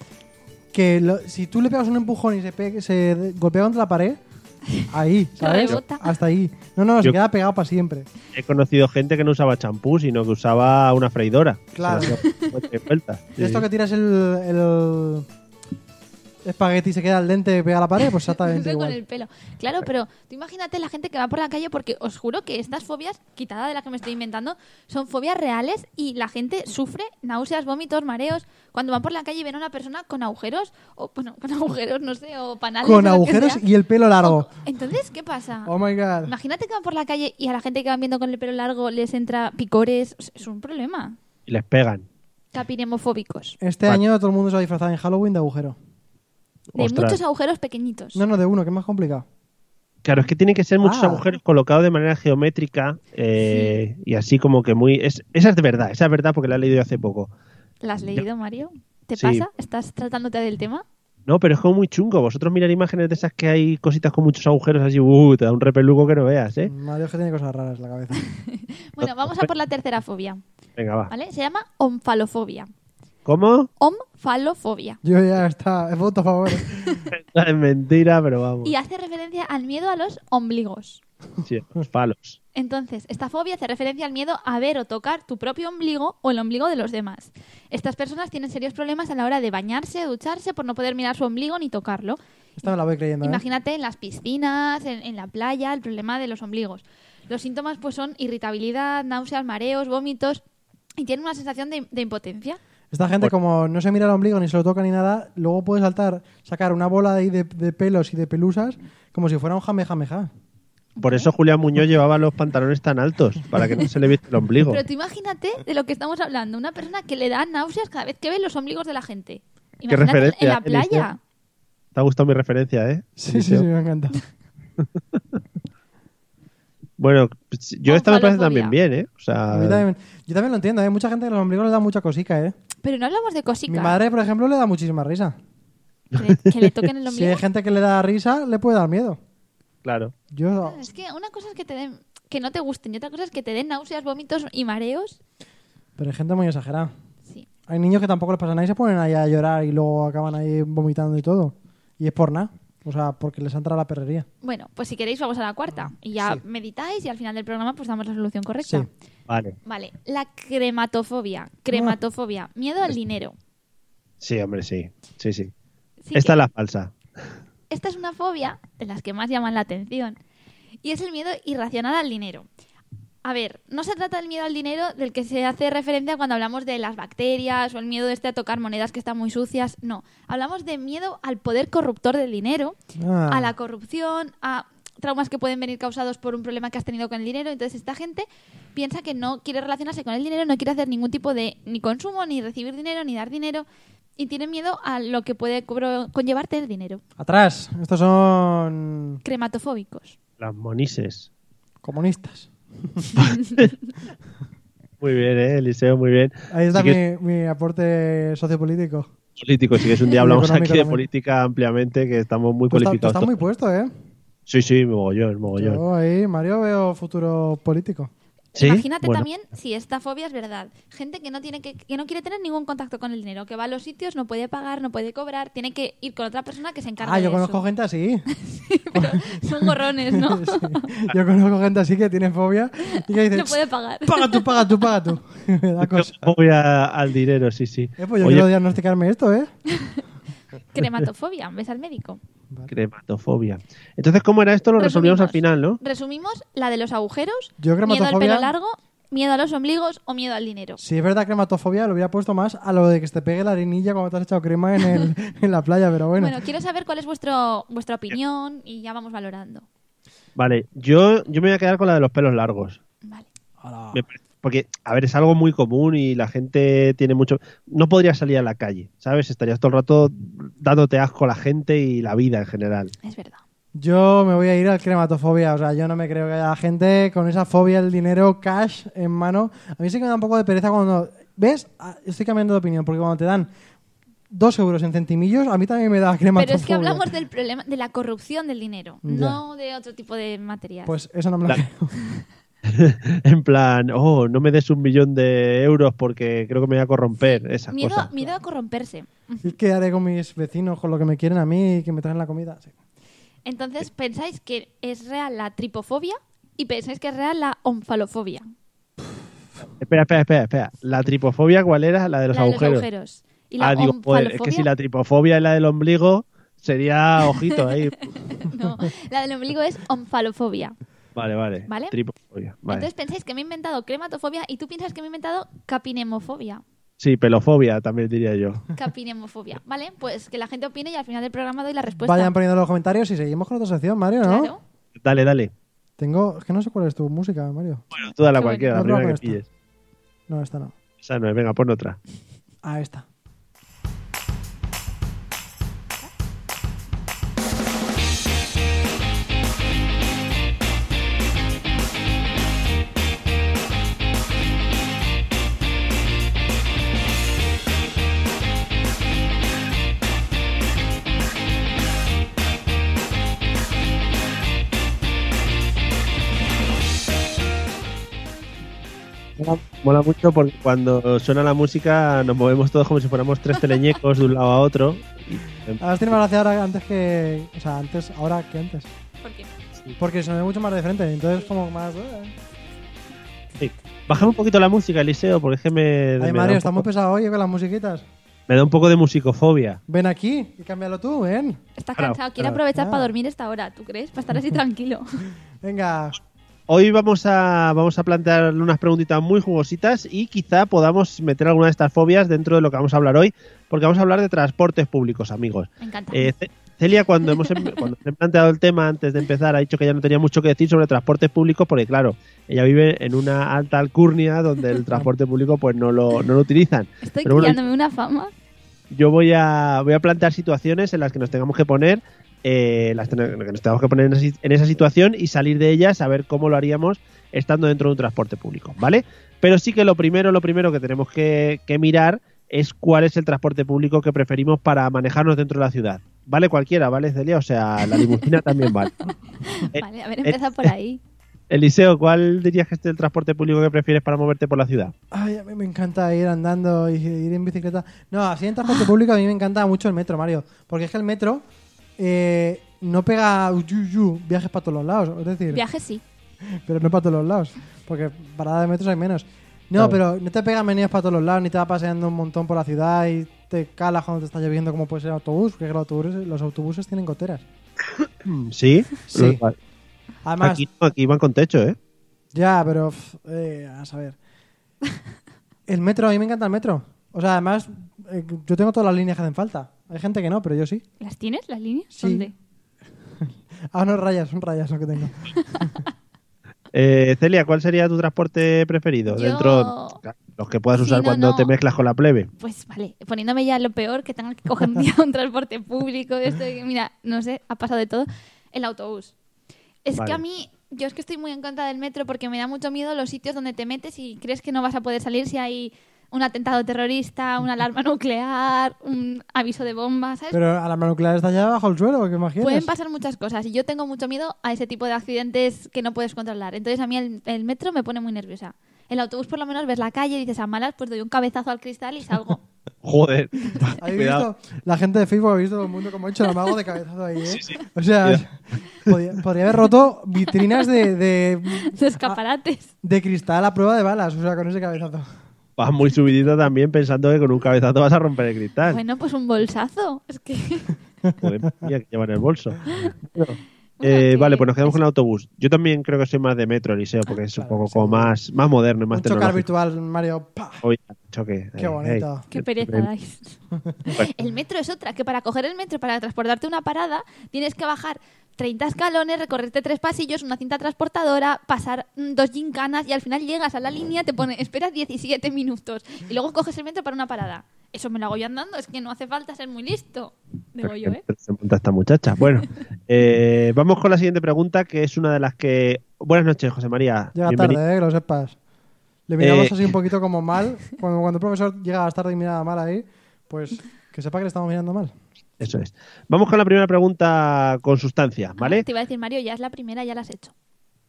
C: que lo- si tú le pegas un empujón y se, pe- se de- golpea contra la pared, ahí, ¿sabes?
D: Rebota.
C: Hasta ahí. No, no, se
A: Yo-
C: queda pegado para siempre.
A: He conocido gente que no usaba champú, sino que usaba una freidora.
C: Claro.
A: Se la hacía cuatro vueltas.
C: De Esto que tiras el, el espagueti y se queda al dente pega a la pared, pues exactamente
D: Fue con
C: igual.
D: el pelo. Claro, pero tú imagínate la gente que va por la calle porque os juro que estas fobias, quitada de las que me estoy inventando, son fobias reales y la gente sufre náuseas, vómitos, mareos cuando van por la calle y ven a una persona con agujeros o bueno, con agujeros, no sé, o panales o
C: Con
D: lo que
C: agujeros
D: sea.
C: y el pelo largo.
D: Entonces, ¿qué pasa?
C: Oh my god.
D: Imagínate que van por la calle y a la gente que van viendo con el pelo largo les entra picores, O sea, es un problema.
A: Y les pegan.
D: Capinemofóbicos.
C: Este
A: Vale.
C: año todo el mundo se va a disfrazar en Halloween de agujero.
D: De
A: Ostras.
D: muchos agujeros pequeñitos.
C: No, no, de uno, que es más complicado.
A: Claro, es que tienen que ser muchos
C: Ah.
A: agujeros colocados de manera geométrica eh, y así como que muy... Es, esa es de verdad, esa es verdad porque la he leído yo hace poco.
D: ¿La has leído, Mario? ¿Te
A: Sí.
D: pasa? ¿Estás tratándote del tema?
A: No, pero es como muy chungo. Vosotros mirar imágenes de esas que hay cositas con muchos agujeros así, uh, te da un repeluco que no veas, ¿eh?
C: Mario es que tiene cosas raras en la cabeza.
D: Bueno, vamos a por la tercera fobia,
A: Venga, va.
D: ¿vale? Se llama omfalofobia.
A: ¿Cómo?
D: Omfalofobia.
C: Yo ya está, es voto a favor.
A: Es mentira, pero vamos.
D: Y hace referencia al miedo a los ombligos.
A: Sí, los palos.
D: Entonces, esta fobia hace referencia al miedo a ver o tocar tu propio ombligo o el ombligo de los demás. Estas personas tienen serios problemas a la hora de bañarse, ducharse, por no poder mirar su ombligo ni tocarlo.
C: Esta me la voy creyendo. ¿eh?
D: Imagínate en las piscinas, en, en la playa, el problema de los ombligos. Los síntomas pues son irritabilidad, náuseas, mareos, vómitos y tienen una sensación de- de impotencia.
C: Esta gente, como no se mira el ombligo ni se lo toca ni nada, luego puede saltar, sacar una bola de, ahí de, de pelos y de pelusas como si fuera un jamejameja.
A: Por eso Julián Muñoz llevaba los pantalones tan altos, para que no se le viese el ombligo.
D: Pero tú imagínate de lo que estamos hablando. Una persona que le da náuseas cada vez que ve los ombligos de la gente.
A: Qué
D: Imagínate en
A: referencia,
D: la playa.
A: Te ha gustado mi referencia, ¿eh?
C: Sí, sí, sí, me encanta.
A: Bueno, pues, yo esta me parece también bien, ¿eh? O
C: A
A: sea,
C: mí también- yo también lo entiendo, ¿eh? Mucha gente que los ombligos le da mucha cosica, ¿eh?
D: Pero no hablamos de cosica.
C: Mi madre, por ejemplo, le da muchísima risa.
D: Que le, que le toquen el
C: Si
D: ombligo.
C: hay gente que le da risa, le puede dar miedo.
A: claro.
C: Yo,
D: Es que una cosa es que te den que no te gusten y otra cosa es que te den náuseas, vómitos y mareos.
C: pero hay gente muy exagerada.
D: Sí.
C: Hay niños que tampoco les pasa nada y se ponen ahí a llorar y luego acaban ahí vomitando y todo. Y es por nada. O sea, porque les ha entrado la perrería.
D: Bueno, pues si queréis vamos a la cuarta. Y ya meditáis y al final del programa pues damos la solución correcta.
C: Sí.
A: Vale.
D: Vale, la crematofobia. Crematofobia. Miedo al dinero.
A: Sí, hombre, sí. Sí, sí. esta
D: Sí, que-
A: es la falsa.
D: Esta es una fobia de las que más llaman la atención. Y es el miedo irracional al dinero. A ver, no se trata del miedo al dinero del que se hace referencia cuando hablamos de las bacterias o el miedo este a tocar monedas que están muy sucias. No, hablamos de miedo al poder corruptor del dinero,
C: Ah,
D: a la corrupción, a traumas que pueden venir causados por un problema que has tenido con el dinero. Entonces esta gente piensa que no quiere relacionarse con el dinero, no quiere hacer ningún tipo de ni consumo, ni recibir dinero, ni dar dinero. Y tiene miedo a lo que puede cobro- conllevarte el dinero.
C: Atrás, estos son
D: Crematofóbicos.
A: Las monises.
C: comunistas.
A: Muy bien, ¿eh, Eliseo, muy bien.
C: Ahí está
A: Sí que-
C: mi, mi aporte sociopolítico.
A: Político, sí que es un día
C: Y
A: hablamos aquí
C: económico
A: de
C: también.
A: política ampliamente, que estamos muy
C: Tú está- tú
A: cualificados.
C: estás muy puesto, ¿eh?
A: Sí, sí, mogollón, mogollón.
C: Yo ahí, Mario, veo futuro político.
A: ¿Sí?
D: Imagínate
A: Bueno,
D: también si esta fobia es verdad. Gente que no tiene que, que no quiere tener ningún contacto con el dinero, que va a los sitios, no puede pagar, no puede cobrar, tiene que ir con otra persona que se encargue
C: Ah, yo
D: de
C: conozco
D: eso.
C: gente así.
D: Pero son gorrones, ¿no?
C: Sí. Yo conozco gente así que tiene fobia y que dice,
D: No puede pagar.
C: paga tú, paga tú, paga tú. Me da cosa.
A: voy a- al dinero, sí, sí.
C: Eh, pues yo
A: Oye,
C: quiero diagnosticarme esto, ¿eh?
D: Crematofobia, ves al médico.
A: crematofobia. Entonces, ¿cómo era esto? Lo resolvíamos al final, ¿no?
D: Resumimos la de los agujeros,
C: Yo
D: miedo al
C: crematofobia-
D: pelo largo, miedo a los ombligos o miedo al dinero.
C: Si es verdad crematofobia, lo hubiera puesto más a lo de que se te pegue la arenilla cuando te has echado crema en, el- en la playa, pero bueno.
D: Bueno. quiero saber cuál es vuestro vuestra opinión y ya vamos valorando.
A: Vale, yo, yo me voy a quedar con la de los pelos largos.
D: Vale.
C: Ahora,
A: Me parece- Porque, a ver, es algo muy común y la gente tiene mucho... No podrías salir a la calle, ¿sabes? Estarías todo el rato dándote asco a la gente y la vida en general.
D: Es verdad.
C: Yo me voy a ir al crematofobia, o sea, yo no me creo que haya gente con esa fobia del dinero cash en mano. A mí sí que me da un poco de pereza cuando... ¿Ves? Ah, Estoy cambiando de opinión, porque cuando te dan dos euros en centimillos, a mí también me da crematofobia.
D: Pero es que hablamos del problema de la corrupción del dinero,
C: Ya.
D: no de otro tipo de material.
C: Pues eso no me lo
A: La-
C: creo.
A: En plan, oh, no me des un millón de euros porque creo que me voy a corromper, esas
D: miedo,
A: cosas.
D: miedo a corromperse.
C: ¿Y ¿Qué haré con mis vecinos, con lo que me quieren a mí y que me traen la comida? Sí.
D: Entonces, pensáis que es real la tripofobia y pensáis que es real la onfalofobia.
A: Espera, espera, espera, espera. ¿La tripofobia cuál era? La de los
D: la de
A: agujeros.
D: los agujeros. Y la
A: ah, digo, joder, es
D: onfalofobia-
A: que si la tripofobia es la del ombligo, sería ojito ahí.
D: no, la del ombligo es onfalofobia.
A: vale, vale.
D: ¿Vale?
A: Tripofobia. Vale.
D: Entonces pensáis que me he inventado crematofobia y tú piensas que me he inventado capinemofobia.
A: Sí, pelofobia también diría yo.
D: Capinemofobia, ¿vale? Pues que la gente opine y al final del programa doy la respuesta.
C: Vayan poniendo en los comentarios y seguimos con otra sección, Mario, ¿no?
D: Pues Claro.
A: Dale, dale.
C: Tengo... Es que no sé cuál es tu música, Mario.
A: Bueno, tú dale a
D: Qué
A: cualquiera, la
C: bueno.
A: primera que
C: Otra
A: pilles.
C: No, esta no.
A: Esa no es, venga, pon otra.
C: Ah, esta.
A: Mola, mola mucho porque cuando suena la música nos movemos todos como si fuéramos tres teleñecos de un lado a otro.
C: Ahora tiene más gracia ahora antes que... O sea, antes, ahora que antes.
D: ¿Por qué?
C: Porque se me ve mucho más de frente, entonces como más... eh.
A: Sí. Bájame un poquito la música, Eliseo, porque es que me, me
C: Ay,
A: da,
C: Mario,
A: un
C: está muy
A: poco,
C: pesado hoy con las musiquitas.
A: me da un poco de musicofobia.
C: Ven aquí y cámbialo tú, ven.
D: Estás
A: Claro,
D: cansado, quiere
A: claro.
D: aprovechar
C: Ah.
D: para dormir esta hora, ¿tú crees? Para estar así tranquilo.
C: Venga.
A: Hoy vamos a, vamos a plantear unas preguntitas muy jugositas y quizá podamos meter alguna de estas fobias dentro de lo que vamos a hablar hoy, porque vamos a hablar de transportes públicos, amigos.
D: Me encanta.
A: Eh, Ce- Celia, cuando hemos em- cuando se ha planteado el tema antes de empezar, ha dicho que ya no tenía mucho que decir sobre transportes públicos, porque claro, ella vive en una alta alcurnia donde el transporte público pues no lo, no lo utilizan.
D: Estoy
A: pero bueno,
D: creándome una fama.
A: Yo voy a, voy a plantear situaciones en las que nos tengamos que poner, eh, las ten- que nos tengamos que poner en esa, si- en esa situación y salir de ella, saber cómo lo haríamos estando dentro de un transporte público, ¿vale? Pero sí que lo primero, lo primero que tenemos que, que mirar es cuál es el transporte público que preferimos para manejarnos dentro de la ciudad. Vale cualquiera, ¿vale, Celia? O sea, la limusina también vale. eh,
D: Vale, a ver, empieza por ahí.
A: Eliseo, ¿cuál dirías que es el transporte público que prefieres para moverte por la ciudad?
C: Ay, a mí me encanta ir andando y ir en bicicleta. No, así en transporte
A: Ah.
C: público a mí me encanta mucho el metro, Mario. Porque es que el metro eh, no pega uyu, uyu, viajes para todos los lados. Es
A: eh,
C: decir,
D: Viaje sí.
C: pero no para todos los lados. Porque parada de metros hay menos. No, pero no te pega venidas para todos los lados, ni te va paseando un montón por la ciudad y te calas cuando te está lloviendo como puede ser el autobús. Porque los autobuses, los autobuses tienen goteras.
A: Hmm, ¿Sí?
C: Sí.
A: Los-
C: Además,
A: Aquí, no, aquí van con techo, ¿eh?
C: Ya, pero pf, eh, a saber. El metro, a mí me encanta el metro. O sea, además, eh, yo tengo todas las líneas que hacen falta. Hay gente que no, pero yo sí.
D: ¿Las tienes, las líneas?
C: Sí.
D: ¿Dónde?
C: Ah, no, rayas, un rayaso que tengo.
A: Eh, Celia, ¿cuál sería tu transporte preferido?
D: Yo-
A: Dentro los que puedas
D: Sí,
A: usar
D: no,
A: cuando
D: no.
A: te mezclas con la plebe.
D: Pues vale, poniéndome ya lo peor, que tenga que coger un día un transporte público, esto, de que, mira, no sé, ha pasado de todo, el autobús. Es
A: Vale.
D: que a mí, yo es que estoy muy en contra del metro porque me da mucho miedo los sitios donde te metes y crees que no vas a poder salir si hay un atentado terrorista, una alarma nuclear, un aviso de bomba, ¿sabes?
C: Pero a la nuclear está allá bajo el suelo, ¿qué imaginas?
D: Pueden pasar muchas cosas y yo tengo mucho miedo a ese tipo de accidentes que no puedes controlar. Entonces a mí el, el metro me pone muy nerviosa. El autobús por lo menos ves la calle y dices a malas pues doy un cabezazo al cristal y salgo.
A: Joder,
C: ¿Habéis
A: cuidado.
C: visto? La gente de Facebook ha visto todo el mundo como ha hecho el amago de cabezazo ahí, ¿eh? O sea, podía, podría haber roto vitrinas de, de,
D: de escaparates.
C: de cristal a prueba de balas, o sea, con ese cabezazo.
A: Vas muy subidito también pensando que con un cabezazo vas a romper el cristal.
D: Bueno, pues un bolsazo. Es que
A: Joder, mía, que lleva en el bolso. Bueno,
D: Bueno,
A: eh,
D: que-
A: vale, pues nos quedamos con el autobús. Yo también creo que soy más de metro, Eliseo, porque es un
C: Claro,
A: poco
C: sí.
A: como más, más moderno y más
C: Un chocar
A: tecnológico.
C: virtual, Mario. ¡pah!
A: Oye, choque.
C: Qué
A: Eh,
C: bonito.
A: hey. pues,
D: qué pereza eh, dais. El metro es otra, que para coger el metro, para transportarte a una parada, tienes que bajar 30 escalones, recorrerte tres pasillos, una cinta transportadora, pasar mm, dos gincanas y al final llegas a la línea, te pone, espera 17 minutos y luego coges el metro para una parada. Eso me lo hago yo andando, es que no hace falta ser muy listo. Digo yo, ¿eh?
A: pues, Se monta esta muchacha. Bueno, eh, vamos con la siguiente pregunta, que es una de las que. Buenas noches, José María.
C: Llega
A: Bienvenido.
C: tarde, eh, que lo sepas. Le miramos
A: Eh.
C: así un poquito como mal. Cuando, cuando el profesor llega tarde y mira mal ahí, pues que sepa que le estamos mirando mal.
A: Eso es. Vamos con la primera pregunta con
D: Ah,
A: sustancia, ¿vale?
D: Te iba a decir, Mario, ya es la primera, ya la has hecho.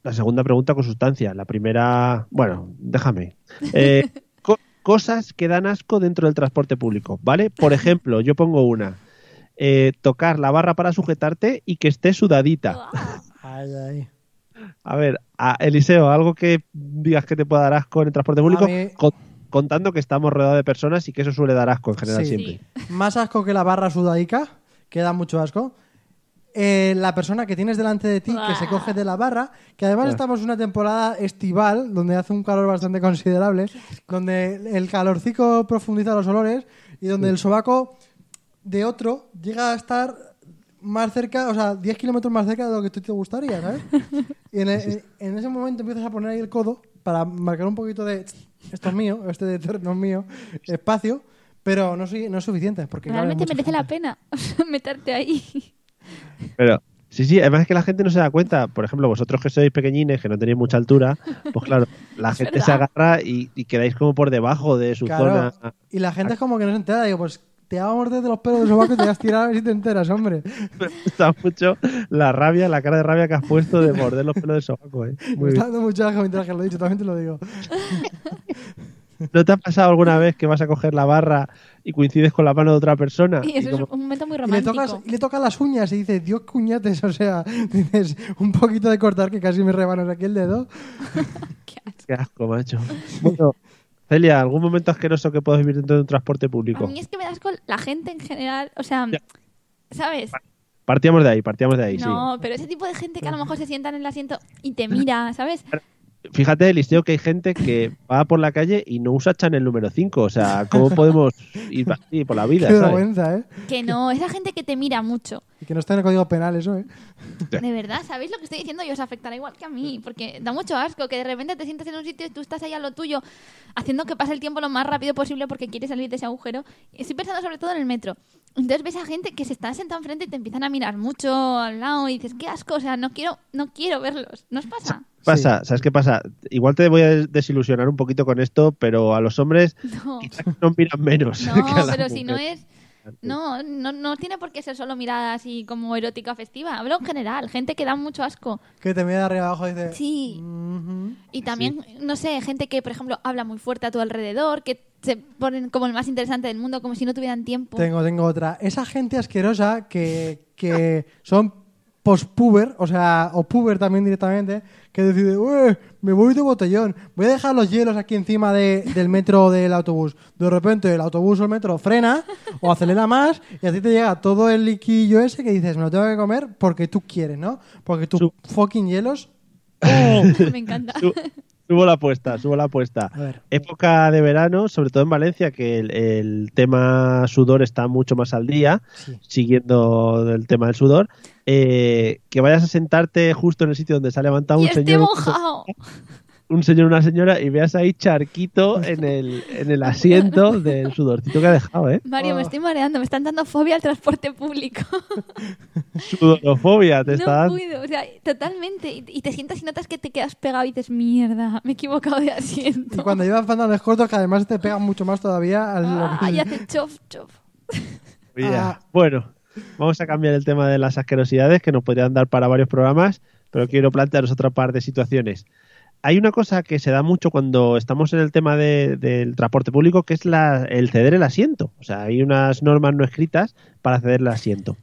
A: La segunda pregunta con sustancia. La primera. Bueno, déjame. Eh, co- cosas que dan asco dentro del transporte público, ¿vale? Por ejemplo, yo pongo una. Eh, tocar la barra para sujetarte y que esté sudadita.
C: Ay, ay.
A: A ver, a Eliseo, algo que digas que te pueda dar asco en el transporte público,
C: mí-
A: con- contando que estamos rodeados de personas y que eso suele dar asco en general
C: Sí.
A: siempre.
C: Más asco que la barra sudaica, que da mucho asco. Eh, la persona que tienes delante de ti, que se coge de la barra, que además
A: Ah.
C: estamos en una temporada estival, donde hace un calor bastante considerable, donde el calorcico profundiza los olores y donde el sobaco de otro llega a estar más cerca, o sea, 10 kilómetros más cerca de lo que tú te gustaría, ¿sabes? Y en, en- en ese momento empiezas a poner ahí el codo para marcar un poquito de esto es mío, este de terreno es mío, espacio, pero no, soy, no es suficiente. Porque, claro, hay
D: Realmente
C: mucha
D: merece
C: gente.
D: la pena meterte ahí.
A: Pero sí, sí, además es que la gente no se da cuenta. Por ejemplo, vosotros que sois pequeñines, que no tenéis mucha altura, pues claro, la gente se
D: verdad.
A: agarra y, y quedáis como por debajo de su zona.
C: Claro, Y la gente es como que no se entera, digo, pues te va a morder de los pelos del sobaco y te vas a tirar a ver si te enteras, hombre.
A: Me gusta mucho la rabia, la cara de rabia que has puesto de morder los pelos del sobaco. ¿eh?
C: Me
A: Muy
C: está
A: bien.
C: dando mucho asco mientras que lo he dicho, también te lo digo.
A: ¿No te ha pasado alguna vez que vas a coger la barra y coincides con la mano de otra persona?
D: Y
A: Ah, Y
D: eso
A: como-
D: es un momento muy
C: Y le,
D: romántico.
C: tocas, y le tocas las uñas y dices, Dios cuñates, o sea, dices, un poquito de cortar que casi me rebanos aquí el dedo.
D: Qué asco.
A: Qué asco, macho. Bueno, Celia, ¿algún momento asqueroso que puedas vivir dentro de un transporte
D: A
A: público?
D: mí es que me das con la gente en general, o sea,
A: Ya.
D: ¿sabes?
A: Partíamos de ahí, partíamos de ahí,
D: No, pero ese tipo de gente que a lo mejor se sienta en el asiento y te mira, ¿sabes?
A: sí. Fíjate, Eliseo, que hay gente que va por la calle y no usa Chanel número 5. O sea, ¿cómo podemos ir así por la vida?
C: Qué
A: ¿sabes?
C: vergüenza, ¿eh?
D: Que no, esa gente que te mira mucho.
C: Y que no está en el código penal eso, ¿eh?
D: De verdad, ¿sabéis lo que estoy diciendo? Y os afectará igual que a mí, porque da mucho asco que de repente te sientes en un sitio y tú estás ahí a lo tuyo, haciendo que pase el tiempo lo más rápido posible porque quieres salir de ese agujero. Y Estoy pensando sobre todo en el metro. Entonces ves a gente que se está sentada enfrente y te empiezan a mirar mucho al lado y dices, qué asco, o sea, no quiero, no quiero verlos. ¿Nos pasa?
A: Pasa, ¿sabes qué pasa? Igual te voy a des- desilusionar un poquito con esto, pero a los hombres
D: No.
A: quizás no miran menos.
D: No,
A: que a las
D: pero si no
A: mujeres.
D: es. No, no, no tiene por qué ser solo mirada así como erótica festiva. Hablo en general, gente que da mucho asco.
C: Que te mira de arriba abajo y dices...
D: Sí.
C: "Mhm".
D: Y también, no sé, gente que, por ejemplo, habla muy fuerte a tu alrededor, que se ponen como el más interesante del mundo, como si no tuvieran tiempo.
C: Tengo, tengo otra. Esa gente asquerosa que, que son post-puber, o sea, o puber también directamente, que decide, "Ué, me voy de botellón, voy a dejar los hielos aquí encima de- del metro o del autobús. De repente el autobús o el metro frena o acelera más y a ti te llega todo el liquillo ese que dices, me lo tengo que comer porque tú quieres, ¿no? Porque tus
A: Su-
C: fucking hielos
D: Me encanta.
A: Su- Subo la apuesta, subo la apuesta.
C: A ver.
A: Época de verano, sobre todo en Valencia, que el, el tema sudor está mucho más al día,
C: Sí.
A: siguiendo el tema del sudor. eh, que vayas a sentarte justo en el sitio donde se ha levantado
D: Y
A: un
D: estoy
A: señor,
D: mojado.
A: un señor, una señora, y veas ahí charquito en el, en el asiento del sudorcito que ha dejado, ¿eh?
D: Mario, me estoy mareando. Me están dando fobia al transporte público.
A: Sudorofobia, te está
D: No
A: dando.
D: puedo, o sea, totalmente. Y, y te sientas y notas que te quedas pegado y dices, mierda, me he equivocado de
C: Y
D: asiento.
C: cuando llevas pantalones cortos, que además te pegan mucho más todavía al.
D: Ah, y hace chof, chof.
A: Mira,
C: Ah.
A: Bueno, vamos a cambiar el tema de las asquerosidades que nos podrían dar para varios programas, pero quiero plantearos otra par de situaciones. Hay una cosa que se da mucho cuando estamos en el tema de- del transporte público, que es la- el ceder el asiento. O sea, hay unas normas no escritas para ceder el asiento.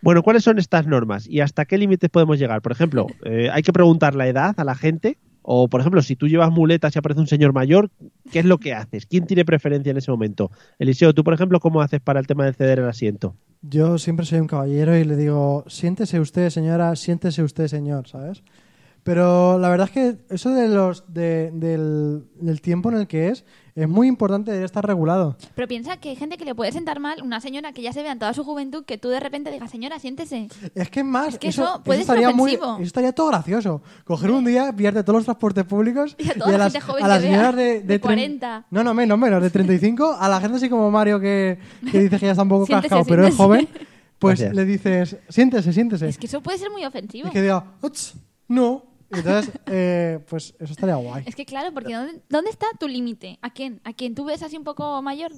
A: Bueno, ¿cuáles son estas normas y hasta qué límites podemos llegar? Por ejemplo, eh, hay que preguntar la edad a la gente. O, por ejemplo, si tú llevas muletas y aparece un señor mayor, ¿qué es lo que haces? ¿Quién tiene preferencia en ese momento? Eliseo, tú, por ejemplo, ¿cómo haces para el tema de ceder el asiento?
C: Yo siempre soy un caballero y le digo, siéntese usted, señora, siéntese usted, señor, ¿sabes? Pero la verdad es que eso de los de- del, del tiempo en el que es, es muy importante, debería estar regulado.
D: Pero piensa que hay gente que le puede sentar mal, una señora que ya se ve en toda su juventud, que tú de repente digas, señora, siéntese.
C: Es que es más,
D: Es que eso puede ser
C: estaría muy,
D: ofensivo.
C: eso estaría todo gracioso. Coger un día, pillarte todos los transportes públicos
D: Y a toda la gente joven
C: a las
D: que
C: señoras
D: vea,
C: de,
D: de
C: tre-
D: 40.
C: No, no, menos, menos, de 35, a la gente así como Mario que, que dice que ya está un poco
D: Siéntese,
C: cascado, pero es joven,
D: siéntese.
C: pues
A: Gracias.
C: le dices, siéntese, siéntese.
D: Es que eso puede ser muy ofensivo.
C: Y que diga, "Uts, no. Y entonces, eh, pues eso estaría guay.
D: Es que claro, porque ¿dónde, dónde está tu límite? ¿A quién? ¿A quién tú ves así un poco mayor?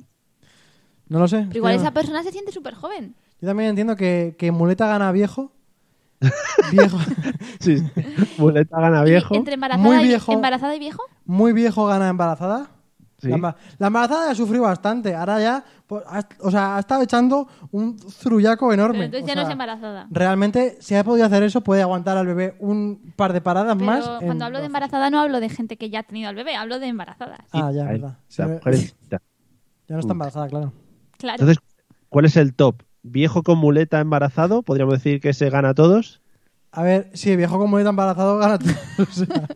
C: No lo sé.
D: Pero igual
C: yo,
D: esa persona se siente súper joven.
C: yo también entiendo que, que muleta gana viejo. Viejo.
A: Sí, muleta gana
D: Y
A: viejo.
D: Entre embarazada,
C: Muy
D: y-
C: viejo.
D: embarazada y viejo.
C: Muy viejo gana embarazada.
A: Sí.
C: La, emba- la embarazada ya sufrió bastante. Ahora ya, pues, ha- o sea, ha estado echando un zurullaco
D: Pero
C: enorme.
D: entonces
C: O
D: ya no
C: sea,
D: es embarazada.
C: Realmente, si ha podido hacer eso, puede aguantar al bebé un par de paradas
D: Pero
C: más. en-
D: cuando hablo de embarazada no hablo de gente que ya ha tenido al bebé, hablo de embarazadas.
C: Ah, ya,
A: Ahí,
C: verdad.
A: o sea,
C: Sí,
A: mujer es distinta.
C: Ya no está embarazada, claro.
D: Claro.
A: Entonces, ¿cuál es el top? ¿Viejo con muleta embarazado? ¿Podríamos decir que se gana a todos?
C: A ver, si el viejo con muleta embarazado gana. todo. O sea,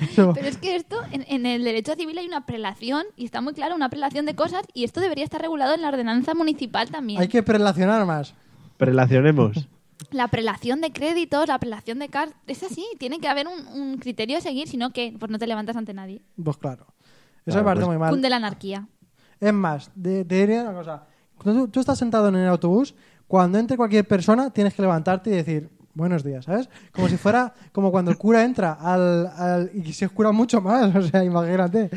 C: eso-
D: Pero es que esto, en, en el derecho civil hay una prelación, y está muy claro, una prelación de cosas, y esto debería estar regulado en la ordenanza municipal también.
C: Hay que prelacionar más.
A: Relacionemos.
D: La prelación de créditos, la prelación de cartas, es así, tiene que haber un, un criterio a seguir, si no que pues no te levantas ante nadie.
C: Pues claro. Eso
A: Claro,
C: me parece
A: pues-
C: muy mal.
D: Cunde la anarquía.
C: Es más, de- te diré una cosa. Cuando tú, tú estás sentado en el autobús, cuando entre cualquier persona tienes que levantarte y decir buenos días, ¿sabes? Como si fuera como cuando el cura entra al, al- y se oscura mucho más, o sea, imagínate.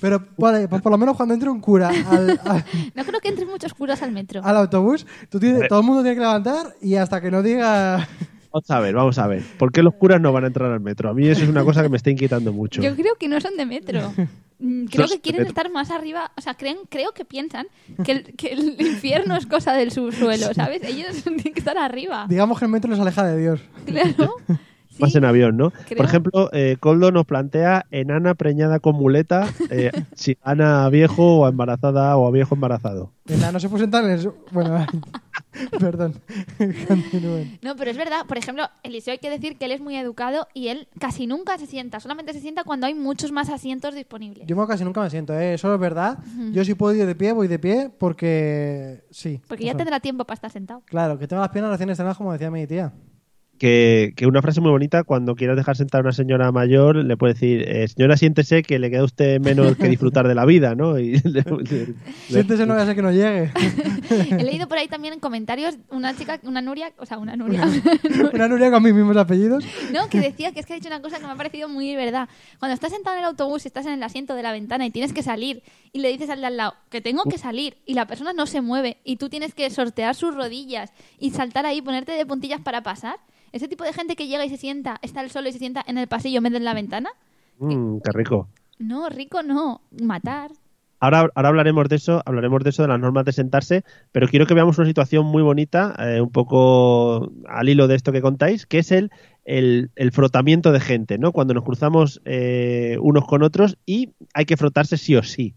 C: Pero vale, pues por lo menos cuando entra un cura al, al-
D: No creo que entren muchos curas al metro.
C: al autobús, tú tienes- todo el mundo tiene que levantar y hasta que no diga...
A: Vamos a ver, vamos a ver. ¿Por qué los curas no van a entrar al metro? A mí eso es una cosa que me está inquietando mucho.
D: Yo creo que no son de metro. Mm, Creo
A: No son
D: que
A: de
D: quieren
A: metro.
D: estar más arriba, o sea, creen, creo que piensan que el, que el infierno es cosa del subsuelo, ¿sabes? Ellos tienen que estar arriba.
C: Digamos que el metro les aleja de Dios.
D: Claro. Sí.
A: Más en avión, ¿no?
D: creo.
A: Por ejemplo, eh, Coldo nos plantea enana preñada con muleta, eh, si gana a viejo o a embarazada o a viejo embarazado.
C: Nada, no se pueden sentar en el... su- Bueno, perdón. Continúen.
D: No, pero es verdad, por ejemplo, Eliseo hay que decir que él es muy educado y él casi nunca se sienta, solamente se sienta cuando hay muchos más asientos disponibles.
C: Yo me- casi nunca me siento, ¿eh? eso es verdad. Yo si puedo ir de pie, voy de pie porque sí.
D: Porque
C: o
D: ya
C: sea,
D: tendrá tiempo para estar sentado.
C: Claro, que tengo las piernas recién estrenadas, como decía mi tía.
A: que, que una frase muy bonita, cuando quieras dejar sentar a una señora mayor, le puedes decir, eh, señora, siéntese que le queda a usted menos que disfrutar de la vida, ¿no? Y le- le- le-
C: Siéntese, no vaya a ser que no llegue.
D: He leído por ahí también en comentarios una chica, una Nuria, o sea, una Nuria,
C: Una Nuria con mis mismos apellidos.
D: No, que decía que es que ha dicho una cosa que me ha parecido muy verdad. Cuando estás sentado en el autobús, y estás en el asiento de la ventana y tienes que salir y le dices al de al lado que tengo que salir y la persona no se mueve y tú tienes que sortear sus rodillas y saltar ahí, ponerte de puntillas para pasar. Ese tipo de gente que llega y se sienta, está el solo y se sienta en el pasillo en vez de en la ventana.
A: Mm, qué rico.
D: No, rico no, matar.
A: Ahora, ahora hablaremos de eso, hablaremos de eso, de las normas de sentarse, pero quiero que veamos una situación muy bonita, eh, un poco al hilo de esto que contáis, que es el, el, el frotamiento de gente, ¿no? Cuando nos cruzamos eh, unos con otros y hay que frotarse sí o sí,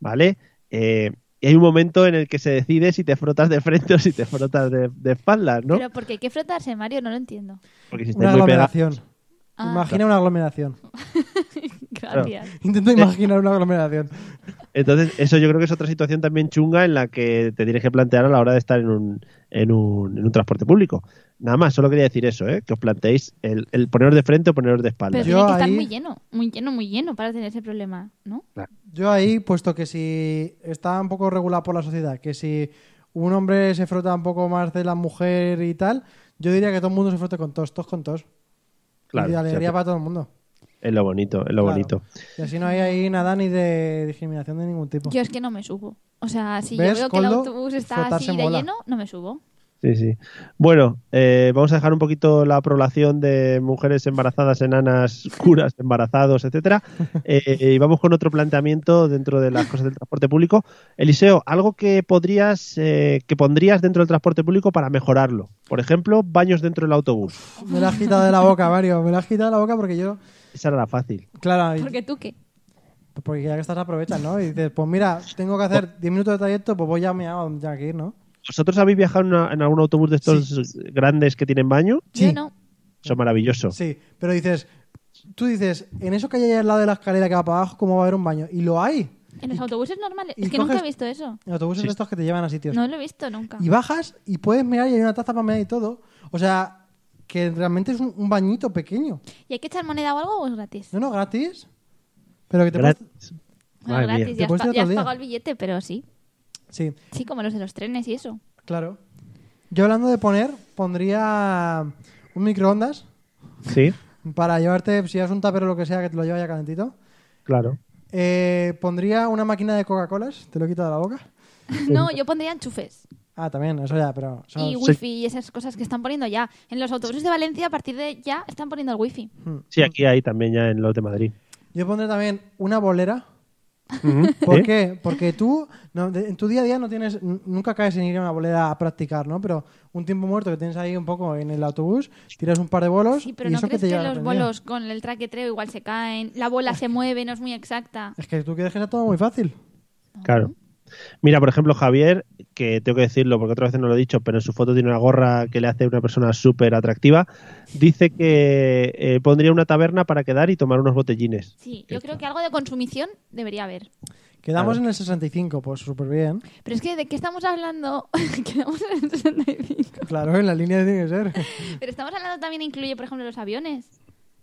A: ¿vale? Eh, y hay un momento en el que se decide si te frotas de frente o si te frotas de, de espaldas, ¿no?
D: Pero porque hay que frotarse, Mario, no lo entiendo.
A: Porque si
C: Una
A: estáis muy pegados,
C: aglomeración.
D: Ah,
C: Imagina una aglomeración.
D: Gracias.
C: Intento imaginar una aglomeración.
A: Entonces, eso yo creo que es otra situación también chunga en la que te tienes que plantear a la hora de estar en un, en un, en un transporte público. Nada más, solo quería decir eso, ¿eh? que os planteéis el, el poneros de frente o poneros de espaldas.
D: Pero
C: Yo
D: tiene que estar
C: ahí-
D: muy lleno, muy lleno, muy lleno para tener ese problema, ¿no?
C: Yo ahí, puesto que si está un poco regulado por la sociedad, que si un hombre se frota un poco más de la mujer y tal, yo diría que todo el mundo se frote con todos, todos con todos.
A: claro,
C: y de alegría
A: o sea,
C: para todo el mundo.
A: es lo bonito, es lo
C: Claro.
A: bonito.
C: Y así no hay ahí nada ni de discriminación de ningún tipo.
D: Yo es que no me subo. O sea, si yo
C: ¿Ves,
D: veo
C: Koldo?
D: que el autobús está
C: Frotarse
D: así de
C: mola.
D: lleno, no me subo.
A: Sí, sí. Bueno, eh, vamos a dejar un poquito la población de mujeres embarazadas, enanas, curas, embarazados, etcétera. Eh, y vamos con otro planteamiento dentro de las cosas del transporte público. Eliseo, algo que podrías, eh, que pondrías dentro del transporte público para mejorarlo. Por ejemplo, baños dentro del autobús.
C: Me la has quitado de la boca, Mario. Me la has quitado de la boca porque yo.
A: Esa era la fácil.
C: Claro, y-
D: Porque tú qué.
C: porque ya que estás aprovechas, ¿no? Y dices, pues mira, tengo que hacer 10 minutos de trayecto, pues voy ya a donde tenga que ir, ¿no?
A: ¿Vosotros habéis viajado en, una- en algún autobús de estos grandes que tienen baño?
C: Sí.
D: Yo no.
A: Eso es maravilloso.
C: Sí, pero dices, tú dices, en eso que hay ahí al lado de la escalera que va para abajo, ¿cómo va a haber un baño? Y lo hay.
D: En los autobuses normales.
C: y
D: Es que nunca he
C: coges-
D: visto eso.
C: En autobuses de estos que te llevan a sitios.
D: No lo he visto nunca.
C: Y bajas y puedes mirar y hay una taza para mirar y todo. O sea, que realmente es un, un bañito pequeño.
D: ¿Y hay que echar moneda o algo o es gratis?
C: No, no, gratis. Pero que te puedes- Ah,
A: Gratis.
D: Bueno,
A: Madre mía.
D: gratis,
C: Te
D: ya has,
C: puedes
D: pa-
C: ir
D: ya
C: otro
D: has
C: día.
D: pagado el billete, pero sí.
C: Sí,
D: Sí, como los de los trenes y eso.
C: claro. Yo hablando de poner, pondría un microondas
A: Sí,
C: para llevarte, si es un tapero o lo que sea, que te lo lleva ya calentito.
A: claro.
C: Eh, pondría una máquina de Coca-Colas, te lo quito de la boca.
D: no, yo pondría enchufes.
C: Ah, también, eso ya, pero... eso-
D: Y wifi y esas cosas que están poniendo ya. En los autobuses de Valencia, a partir de ya, están poniendo el wifi.
A: Sí, aquí hay también ya en los de Madrid.
C: Yo pondré también una bolera.
A: Ujú.
C: ¿Por
A: ¿Eh?
C: qué? Porque tú, no, de- en tu día a día no tienes, n- nunca caes en ir a una bolera a practicar, ¿no? Pero un tiempo muerto que tienes ahí un poco en el autobús, tiras un par de bolos
D: Sí, pero
C: y
D: ¿no
C: eso
D: crees
C: que
D: que,
C: te lleva
D: los bolos con el traquetreo igual se caen? La bola se mueve, no es muy exacta.
C: Es que tú quieres que sea todo muy fácil.
A: Claro. Mira, por ejemplo, Javier, que tengo que decirlo porque otra vez no lo he dicho, pero en su foto tiene una gorra que le hace una persona súper atractiva, dice que eh, pondría una taberna para quedar y tomar unos botellines.
D: Sí, yo creo que algo de consumición debería haber.
C: Quedamos
A: Claro.
C: en el 65, pues súper bien.
D: Pero es que, ¿de qué estamos hablando? Quedamos en el 65.
C: Claro, en la línea tiene que ser.
D: Pero estamos hablando también, incluye, por ejemplo, los aviones.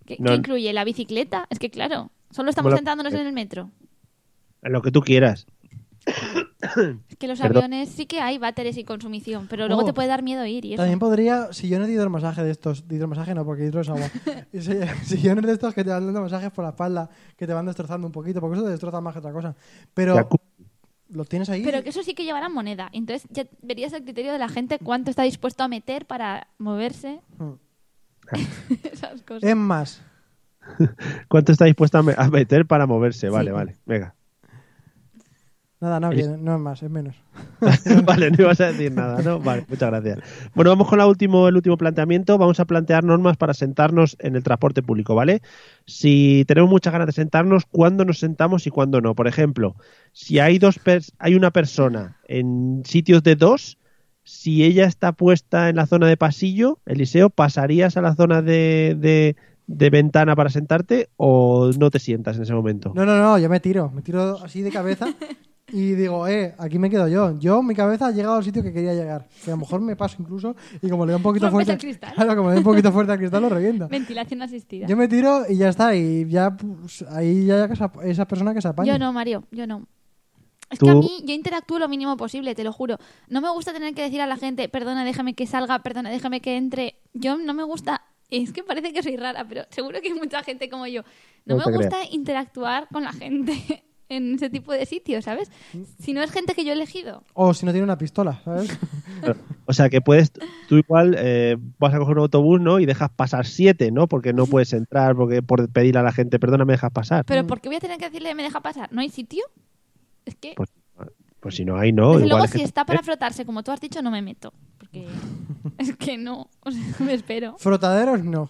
D: ¿Qué,
A: No.
D: qué incluye? ¿La bicicleta? Es que, claro, solo estamos
A: Bueno,
D: sentándonos
A: eh.
D: en el metro.
A: En Lo que tú quieras.
D: Es que los
A: Perdón.
D: aviones sí que hay váteres y consumición, pero luego
C: Oh.
D: te puede dar miedo ir y eso.
C: También podría, sillones de hidromasaje de estos, de hidromasaje no, porque hidro es agua. Y si- Sillones de estos que te van dando masajes por la espalda, que te van destrozando un poquito, porque eso te destroza más que otra cosa. Pero
A: Jacuzzi.
C: lo tienes ahí.
D: Pero que eso sí que llevará moneda. Entonces ya verías el criterio de la gente cuánto está dispuesto a meter para moverse.
C: Mm.
D: Esas cosas.
C: Es más,
A: ¿Cuánto está dispuesta a me- a meter para moverse? Vale,
C: Sí.
A: vale, venga.
C: Nada, no,
A: Eres-
C: que no es más, es menos.
A: vale, no ibas a decir nada, ¿no? Vale, muchas gracias. Bueno, vamos con la último, el último planteamiento. Vamos a plantear normas para sentarnos en el transporte público, ¿vale? Si tenemos muchas ganas de sentarnos, ¿cuándo nos sentamos y cuándo no? Por ejemplo, si hay, dos pers- hay una persona en sitios de dos, si ella está puesta en la zona de pasillo, Eliseo, ¿pasarías a la zona de, de- de ventana para sentarte o no te sientas en ese momento?
C: No, no, no, yo me tiro, me tiro así de cabeza y digo, eh, aquí me quedo yo. Yo, mi cabeza ha llegado al sitio que quería llegar. Que a lo mejor me paso incluso y como le doy un poquito
D: Rompes
C: fuerte.
D: el cristal.
C: Claro, como le doy un poquito fuerte al cristal, lo reviento.
D: Ventilación asistida.
C: Yo me tiro y ya está, y ya pues, ahí ya esa, esa persona que se apaña.
D: Yo no, Mario, yo no. Es
A: Tú-
D: que a mí yo interactúo lo mínimo posible, te lo juro. No me gusta tener que decir a la gente, perdona, déjame que salga, perdona, déjame que entre. Yo no me gusta, es que parece que soy rara, pero seguro que hay mucha gente como yo. No,
A: No te
D: me gusta interactuar con la gente en ese tipo de sitios, ¿sabes?
A: Mm.
D: Si no es gente que yo he elegido.
C: O si no tiene una pistola, ¿sabes?
A: O sea que puedes, tú igual eh, vas a coger un autobús, ¿no? Y dejas pasar siete, ¿no? Porque no puedes entrar, porque por pedirle a la gente, perdona, me dejas pasar.
D: Pero ¿por qué voy a tener que decirle, me deja pasar? ¿No hay sitio? Es que,
A: Pues, pues si no hay, no.
D: desde
A: igual
D: luego,
A: es que-
D: si está para frotarse, como tú has dicho, no me meto. Porque es que no, o sea, me espero.
C: Frotaderos no.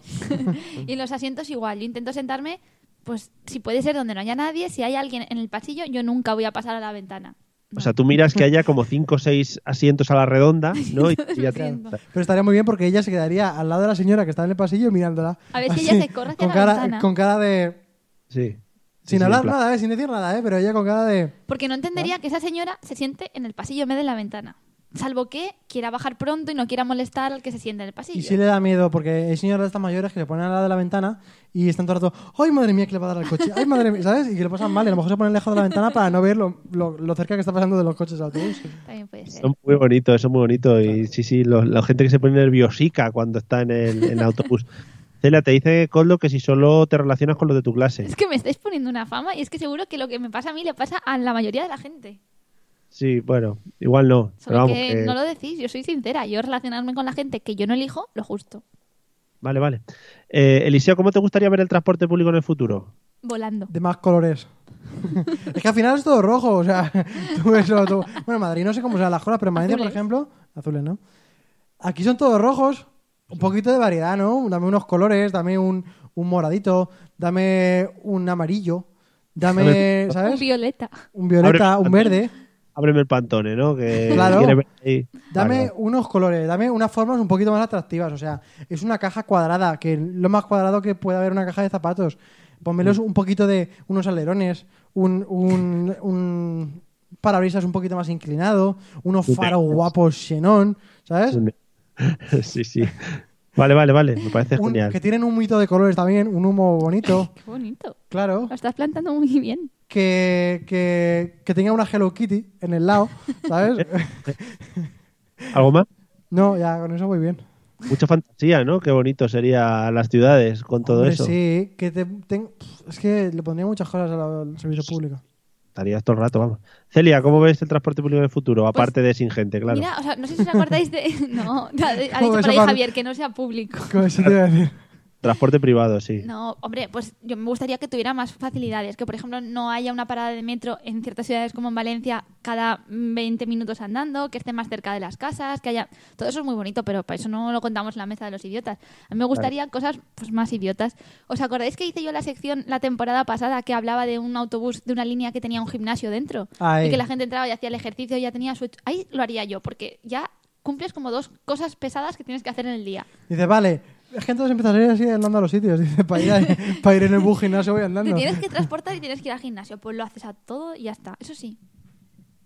D: Y en los asientos igual. Yo intento sentarme, pues si puede ser donde no haya nadie, si hay alguien en el pasillo, yo nunca voy a pasar a la ventana.
A: O sea, tú miras que haya como cinco o seis asientos a la redonda, ¿no? Y, y ya te-
D: Entiendo.
C: Pero estaría muy bien porque ella se quedaría al lado de la señora que está en el pasillo mirándola.
D: A ver si
C: Así,
D: ella se corre hacia
C: con
D: la
C: cara,
D: ventana.
C: Con cara de.
A: Sí.
C: Sin
A: sí,
C: hablar
A: en plan-
C: nada, ¿eh? Sin decir nada, ¿eh? Pero ella con cara de...
D: Porque no entendería que esa señora se siente en el pasillo en vez de en la ventana. Salvo que quiera bajar pronto y no quiera molestar al que se siente en el pasillo.
C: Y sí le da miedo, porque hay señoras de estas mayores que se ponen al lado de la ventana y están todo el rato, ¡ay, madre mía, que le va a dar al coche! ¡ay, madre mía! ¿Sabes? Y que lo pasan mal, y a lo mejor se ponen lejos de la ventana para no ver lo, lo- lo cerca que está pasando de los coches al autobús.
D: También puede ser.
A: Son muy bonitos, son muy bonitos. Y sí, sí, los- la gente que se pone nerviosica cuando está en el, en el autobús. Celia, te dice Coldo que si solo te relacionas con los de tu clase.
D: Es que me estáis poniendo una fama y es que seguro que lo que me pasa a mí le pasa a la mayoría de la gente.
A: Sí, bueno, igual no. Pero
D: Solo
A: vamos, eh,
D: que
A: que-
D: no lo decís, yo soy sincera. Yo relacionarme con la gente que yo no elijo, lo justo.
A: Vale, vale. Eh, Eliseo, ¿cómo te gustaría ver el transporte público en el futuro?
D: Volando.
C: De más colores. es que al final es todo rojo, o sea, tú eso, tú- Bueno, en Madrid no sé cómo sea las cosas, pero en Madrid, por
D: Azules.
C: ejemplo, azules, ¿no? Aquí son todos rojos, un poquito de variedad, ¿no? Dame unos colores, dame un, un moradito, dame un amarillo, dame,
D: Un
C: ¿sabes?
D: violeta.
C: Un violeta,
A: Abre-
C: un verde.
A: Ábreme el pantone, ¿no? Que
C: Claro.
A: quiere ver ahí.
C: Dame
A: Vale, vale.
C: unos colores, dame unas formas un poquito más atractivas. O sea, es una caja cuadrada, que lo más cuadrado que puede haber una caja de zapatos. Pónmelos
A: Mm.
C: un poquito de unos alerones, un, un, un parabrisas un poquito más inclinado, unos
A: Un
C: faros
A: negro.
C: guapos xenón, ¿sabes?
A: Sí, sí. Vale, vale, vale. Me parece
C: Un-
A: genial.
C: que tienen un mito de colores también, un humo bonito,
D: Qué bonito.
C: claro.
D: Lo estás plantando muy bien.
C: Que, que, que tenga una Hello Kitty en el lado, ¿sabes?
A: ¿Algo más?
C: no, ya con eso voy bien.
A: Mucha fantasía, ¿no? Qué bonito sería las ciudades con todo
C: Hombre,
A: eso.
C: Sí, que te, ten- pf, es que le pondría muchas cosas al, al servicio público.
A: Estarías todo el rato, vamos. Celia, ¿cómo ves el transporte público en el futuro? Aparte de sin gente, claro.
D: Pues Mira, o sea, no sé si os acordáis de. No, ha ha dicho
C: Como
D: por
C: eso
D: ahí
C: para-
D: Javier que no sea público.
C: ¿Cómo se te iba a decir?
A: Transporte privado, sí.
D: No, hombre, pues yo me gustaría que tuviera más facilidades, que por ejemplo no haya una parada de metro en ciertas ciudades como en Valencia cada 20 minutos andando, que esté más cerca de las casas, que haya... Todo eso es muy bonito, pero para eso no lo contamos en la mesa de los idiotas. A mí me gustaría cosas pues, más idiotas. ¿Os acordáis que hice yo la sección la temporada pasada que hablaba de un autobús de una línea que tenía un gimnasio dentro?
C: Ay.
D: Y que la gente entraba y hacía el ejercicio y ya tenía su... Ahí lo haría yo, porque ya cumples como dos cosas pesadas que tienes que hacer en el día.
C: Dice, vale, es que entonces empiezas a ir así andando a los sitios. Dice, para ir, a- para ir en el bus gimnasio voy
D: Te
C: andando.
D: tienes que transportar y tienes que ir al gimnasio. Pues lo haces a todo y ya está. Eso sí.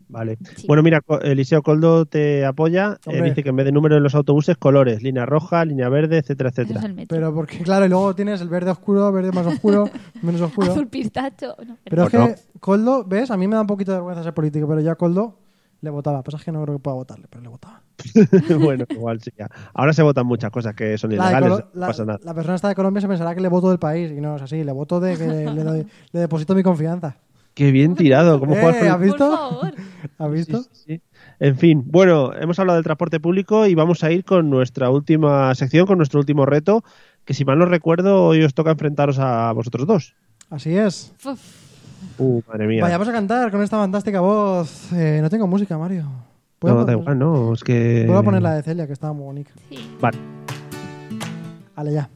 A: Vale.
D: Sí.
A: Bueno, mira, Co- Eliseo Coldo te apoya. eh,
C: Hombre.
A: dice que en vez de números en los autobuses, colores. Línea roja, línea verde, etcétera,
D: Eso es
A: etcétera.
D: el metro.
C: Pero porque, claro, y luego tienes el verde oscuro, verde más oscuro, menos oscuro.
D: Azul pistacho. No,
C: Pero es
A: O
C: que Coldo, ¿ves? A mí me da un poquito de vergüenza ser político, pero yo a Coldo le votaba. Pasa es que no creo que pueda votarle, pero le votaba.
A: bueno, igual sí. ya. Ahora se votan muchas cosas que son
C: La de
A: ilegales.
C: Colo-
A: no
C: la-
A: pasa nada.
C: la persona esta de Colombia se pensará que le voto del país y no es así. Le voto de que le, le doy- le deposito mi confianza.
A: Qué bien tirado. ¿Cómo
C: Eh,
A: juegas con el-
C: ¿Has visto?
D: Por favor.
C: ¿Has
A: Sí,
C: visto?
A: sí, sí. En fin, bueno, hemos hablado del transporte público y vamos a ir con nuestra última sección, con nuestro último reto, que si mal no recuerdo, hoy os toca enfrentaros a vosotros dos.
C: Así es.
D: Fuf.
A: Uh, madre mía.
C: Vayamos a cantar con esta fantástica voz. Eh, no tengo música, Mario.
A: no,
C: ¿Puedo
A: da
C: pon-
A: igual, eh. no, es que...
C: Vuelvo a poner la de Celia, que estaba muy bonita.
D: Sí.
A: Vale.
C: Vale, ya.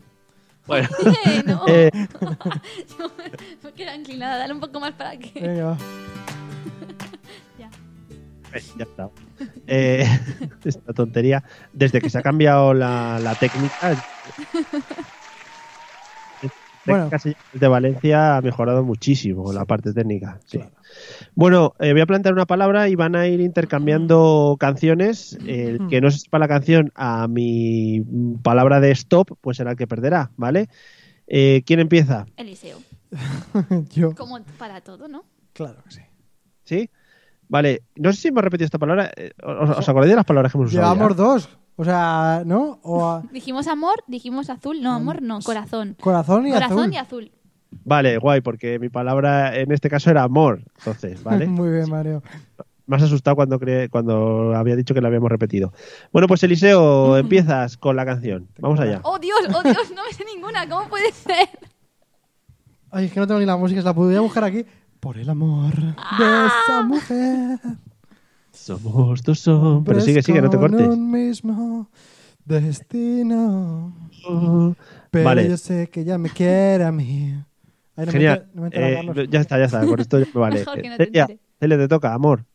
A: Bueno,
D: Eh, no.
A: eh,
D: Yo me- me quedo inclinada. Dale un poco más para que.
C: Venga, va.
A: Eh, ya está. Eh, esta tontería. Desde que se ha cambiado la, la técnica. Bueno.
C: Bueno.
A: El de Valencia ha mejorado muchísimo la parte técnica. sí. Bueno, eh, voy a plantear una palabra y van a ir intercambiando canciones. El que no se sepa la canción a mi mm, palabra de stop, pues será el que perderá, ¿vale? Eh, ¿Quién empieza?
D: Eliseo.
C: Yo.
D: Como para todo, ¿no?
C: Claro que sí.
A: ¿Sí? Vale, no sé si hemos repetido esta palabra. Eh, ¿Os, os acordáis de las palabras que hemos usado? ya?
C: Llevamos dos. O sea, ¿no? O a-
D: Dijimos amor, dijimos azul. No, amor no, corazón.
C: corazón y
D: corazón
C: azul.
D: y azul.
A: Vale, guay, porque mi palabra en este caso era amor. Entonces, ¿vale?
C: Muy bien, Mario.
A: Me has asustado cuando, cre- cuando había dicho que la habíamos repetido. Bueno, pues Eliseo, empiezas con la canción. Vamos allá.
D: Oh Dios, oh Dios, no me sé ninguna. ¿Cómo puede ser?
C: Ay, es que no tengo ni la música. Se la podría buscar aquí. Por el amor de
D: Ah.
C: esa mujer.
A: Somos dos hombres. Pero sigue, sigue, no te
C: con
A: cortes.
C: un mismo destino. Pero
A: Vale.
C: yo sé que ella me quiere a mí. Ay, no me
A: Genial.
C: enter- no me entera,
A: Eh,
C: Carlos.
A: ya está, ya está. Con esto ya me vale.
D: Mejor que no te
A: Celia,
D: entere.
A: Celia, te toca, amor.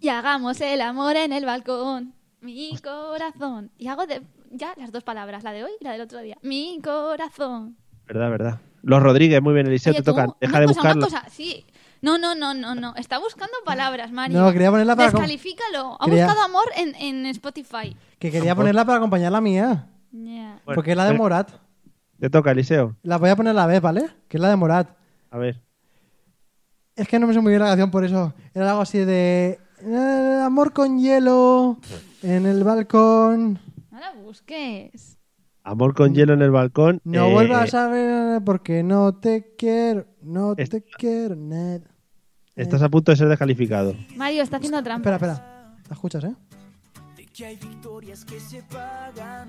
D: Y hagamos el amor en el balcón. Mi corazón. Y hago de, ya las dos palabras, la de hoy y la del otro día. Mi corazón.
A: ¿Verdad, verdad? Los Rodríguez, muy bien, Eliseo,
D: Oye,
A: te
D: tú,
A: tocan. Deja
D: una
A: de
D: cosa,
A: buscarlo.
D: Una cosa, sí. No, no, no, no, no. Está buscando palabras, Mario.
C: No, quería ponerla para, acom-
D: Descalifícalo. Ha
C: Quería-
D: buscado amor en, en Spotify.
C: que quería ponerla para acompañar la mía.
D: Ya.
A: Bueno,
C: porque es la de
A: eh,
C: Morat.
A: Te toca, Eliseo.
C: La voy a poner a la vez, ¿vale? Que es la de Morat.
A: A ver.
C: Es que no me sé muy bien la canción por eso. Era algo así de. eh, amor con hielo. En el balcón.
D: No la busques.
A: Amor con hielo en el balcón.
C: No
A: eh,
C: vuelvas a ver porque no te quiero. No
A: Esta-
C: te quiero. nada.
A: Estás a punto de ser descalificado.
D: Mario está haciendo trampa.
C: Espera, espera. La escuchas, ¿eh?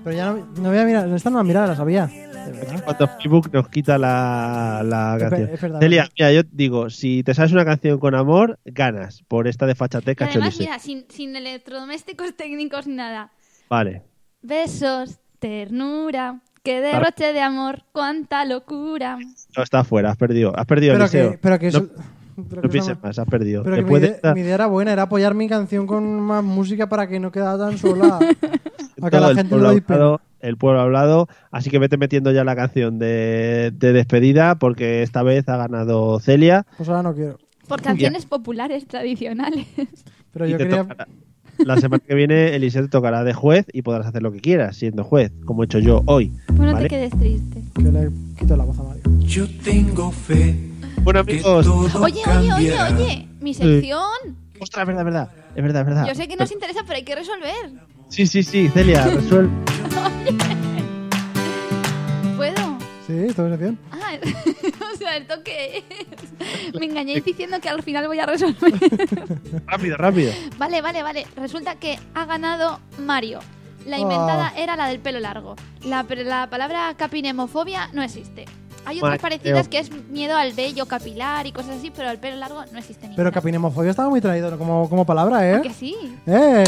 C: Pero ya no, no voy a mirar. Esta no la miraba, la sabía. De verdad.
A: Cuando Facebook nos quita la, la
C: Ah. Es ver-
A: canción.
C: es verdad.
A: Celia, mira, yo digo, si te sabes una canción con amor, ganas por esta de Fachatec,
D: Y además,
A: Eliseo.
D: mira, sin, sin electrodomésticos técnicos ni nada.
A: Vale.
D: Besos, ternura,
A: Ah.
D: qué derroche de amor, cuánta locura.
A: No, está fuera, has perdido. Has perdido,
C: Pero
A: Eliseo.
C: que, pero que
A: no,
C: eso-
A: no
C: pero que
A: pienses
C: eso-
A: más, has perdido.
C: Pero
A: Te
C: que mi,
A: puede-
C: idea, mi idea era buena, era apoyar mi canción con más música para que no quedara tan sola. a que
A: todo
C: la
A: el
C: gente
A: pueblo
C: no le dé pena.
A: hablado, el pueblo hablado, así que vete metiendo ya la canción de, de despedida porque esta vez ha ganado Celia
C: Pues ahora no quiero.
D: Por canciones populares tradicionales.
C: Pero
A: y
C: yo
A: te
C: quería.
A: tocará- la semana que viene Eliseo te tocará de juez y podrás hacer lo que quieras siendo juez, como he hecho yo hoy.
D: Pues no
A: ¿vale?
D: te quedes triste.
C: Que le quito la voz a Mario.
E: Yo tengo fe
A: Bueno
E: que
A: amigos,
E: todo
D: Oye, oye, oye,
E: cambiará.
D: oye, mi sección.
A: ostras, es verdad, es verdad, es verdad, es verdad.
D: Yo sé que nos interesa, pero hay que resolver.
A: Sí, sí, sí, Celia, resuelve.
D: ¿Puedo?
C: Sí, esto es bien.
D: Ah, o sea, ¿esto qué es? Me engañéis diciendo que al final voy a resolver.
A: rápido, rápido.
D: Vale, vale, vale. Resulta que ha ganado Mario. La
C: Ah.
D: inventada era la del pelo largo. La, pre- la palabra capinemofobia no existe. Hay
A: Mario.
D: otras parecidas que es miedo al vello capilar y cosas así, pero el pelo largo no existe ninguna.
C: Pero capinemofobia estaba muy traído como, como palabra, ¿eh?
D: Que sí.
C: ¡Eh!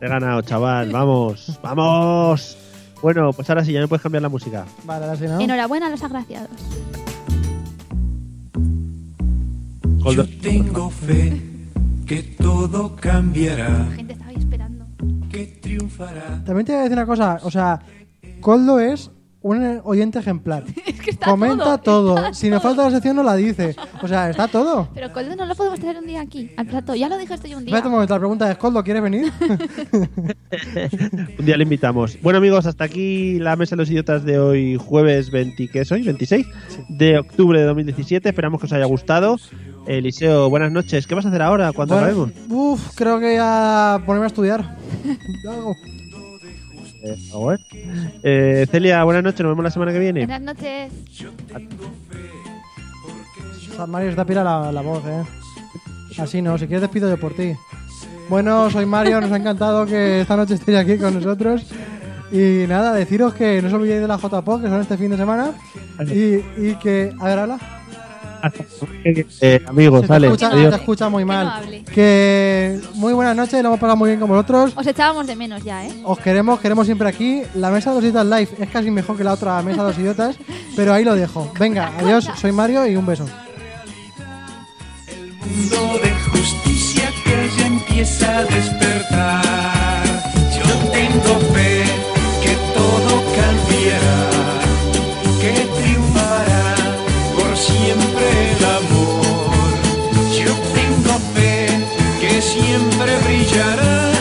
A: Te he ganado, chaval, vamos, vamos. Bueno, pues ahora sí, ya me puedes cambiar la música.
C: Vale, ahora sí, ¿no?
D: Enhorabuena a los agraciados.
E: Yo
A: Coldo-
E: tengo fe que todo
D: La
E: cambiará,
D: gente estaba ahí esperando.
E: que triunfará.
C: También te voy a decir una cosa. O sea, Coldo es un oyente ejemplar.
D: Es que está
C: Comenta todo.
D: está
C: Si nos
D: todo.
C: falta la sección, no la dice. O sea, está todo.
D: Pero Coldo no lo podemos traer un día aquí, al plato. Ya lo dije esto yo un día.
C: Espérate un momento, la pregunta es: ¿Coldo, quieres venir?
A: Un día le invitamos. Bueno, amigos, hasta aquí la mesa de los idiotas de hoy, jueves 20, ¿qué es hoy? 26 de octubre de 2017. Esperamos que os haya gustado. Eliseo, buenas noches. ¿Qué vas a hacer ahora cuando
C: Bueno,
A: acabemos?
C: uf, creo que ya ponerme a estudiar. Algo.
A: Eh, algo, ¿eh? Eh, Celia, buenas noches. Nos vemos la semana que viene.
D: Buenas noches.
C: San Mario se te pira la, la voz, eh. Así no, si quieres despido yo por ti. Bueno, soy Mario, nos ha encantado que esta noche estéis aquí con nosotros. Y nada, deciros que no os olvidéis de la JPO, que son este fin de semana. Y, y que. A ver, habla.
A: Eh,
C: Se
A: amigos,
C: te
A: Ale,
C: escucha,
D: Que no
A: adiós.
C: te escucha muy
D: Que no
C: mal.
D: hable.
C: Que muy buenas noches, lo hemos pasado muy bien con vosotros.
D: Os echábamos de menos ya, ¿eh?
C: Os queremos, queremos siempre aquí. La mesa de los idiotas live es casi mejor que la otra mesa de los idiotas, pero ahí lo dejo. Venga, adiós, soy Mario y un beso.
E: mundo de justicia que ya empieza a despertar. Yo tengo fe que todo cambiará, que triunfará por siempre el amor. Yo tengo fe que siempre brillará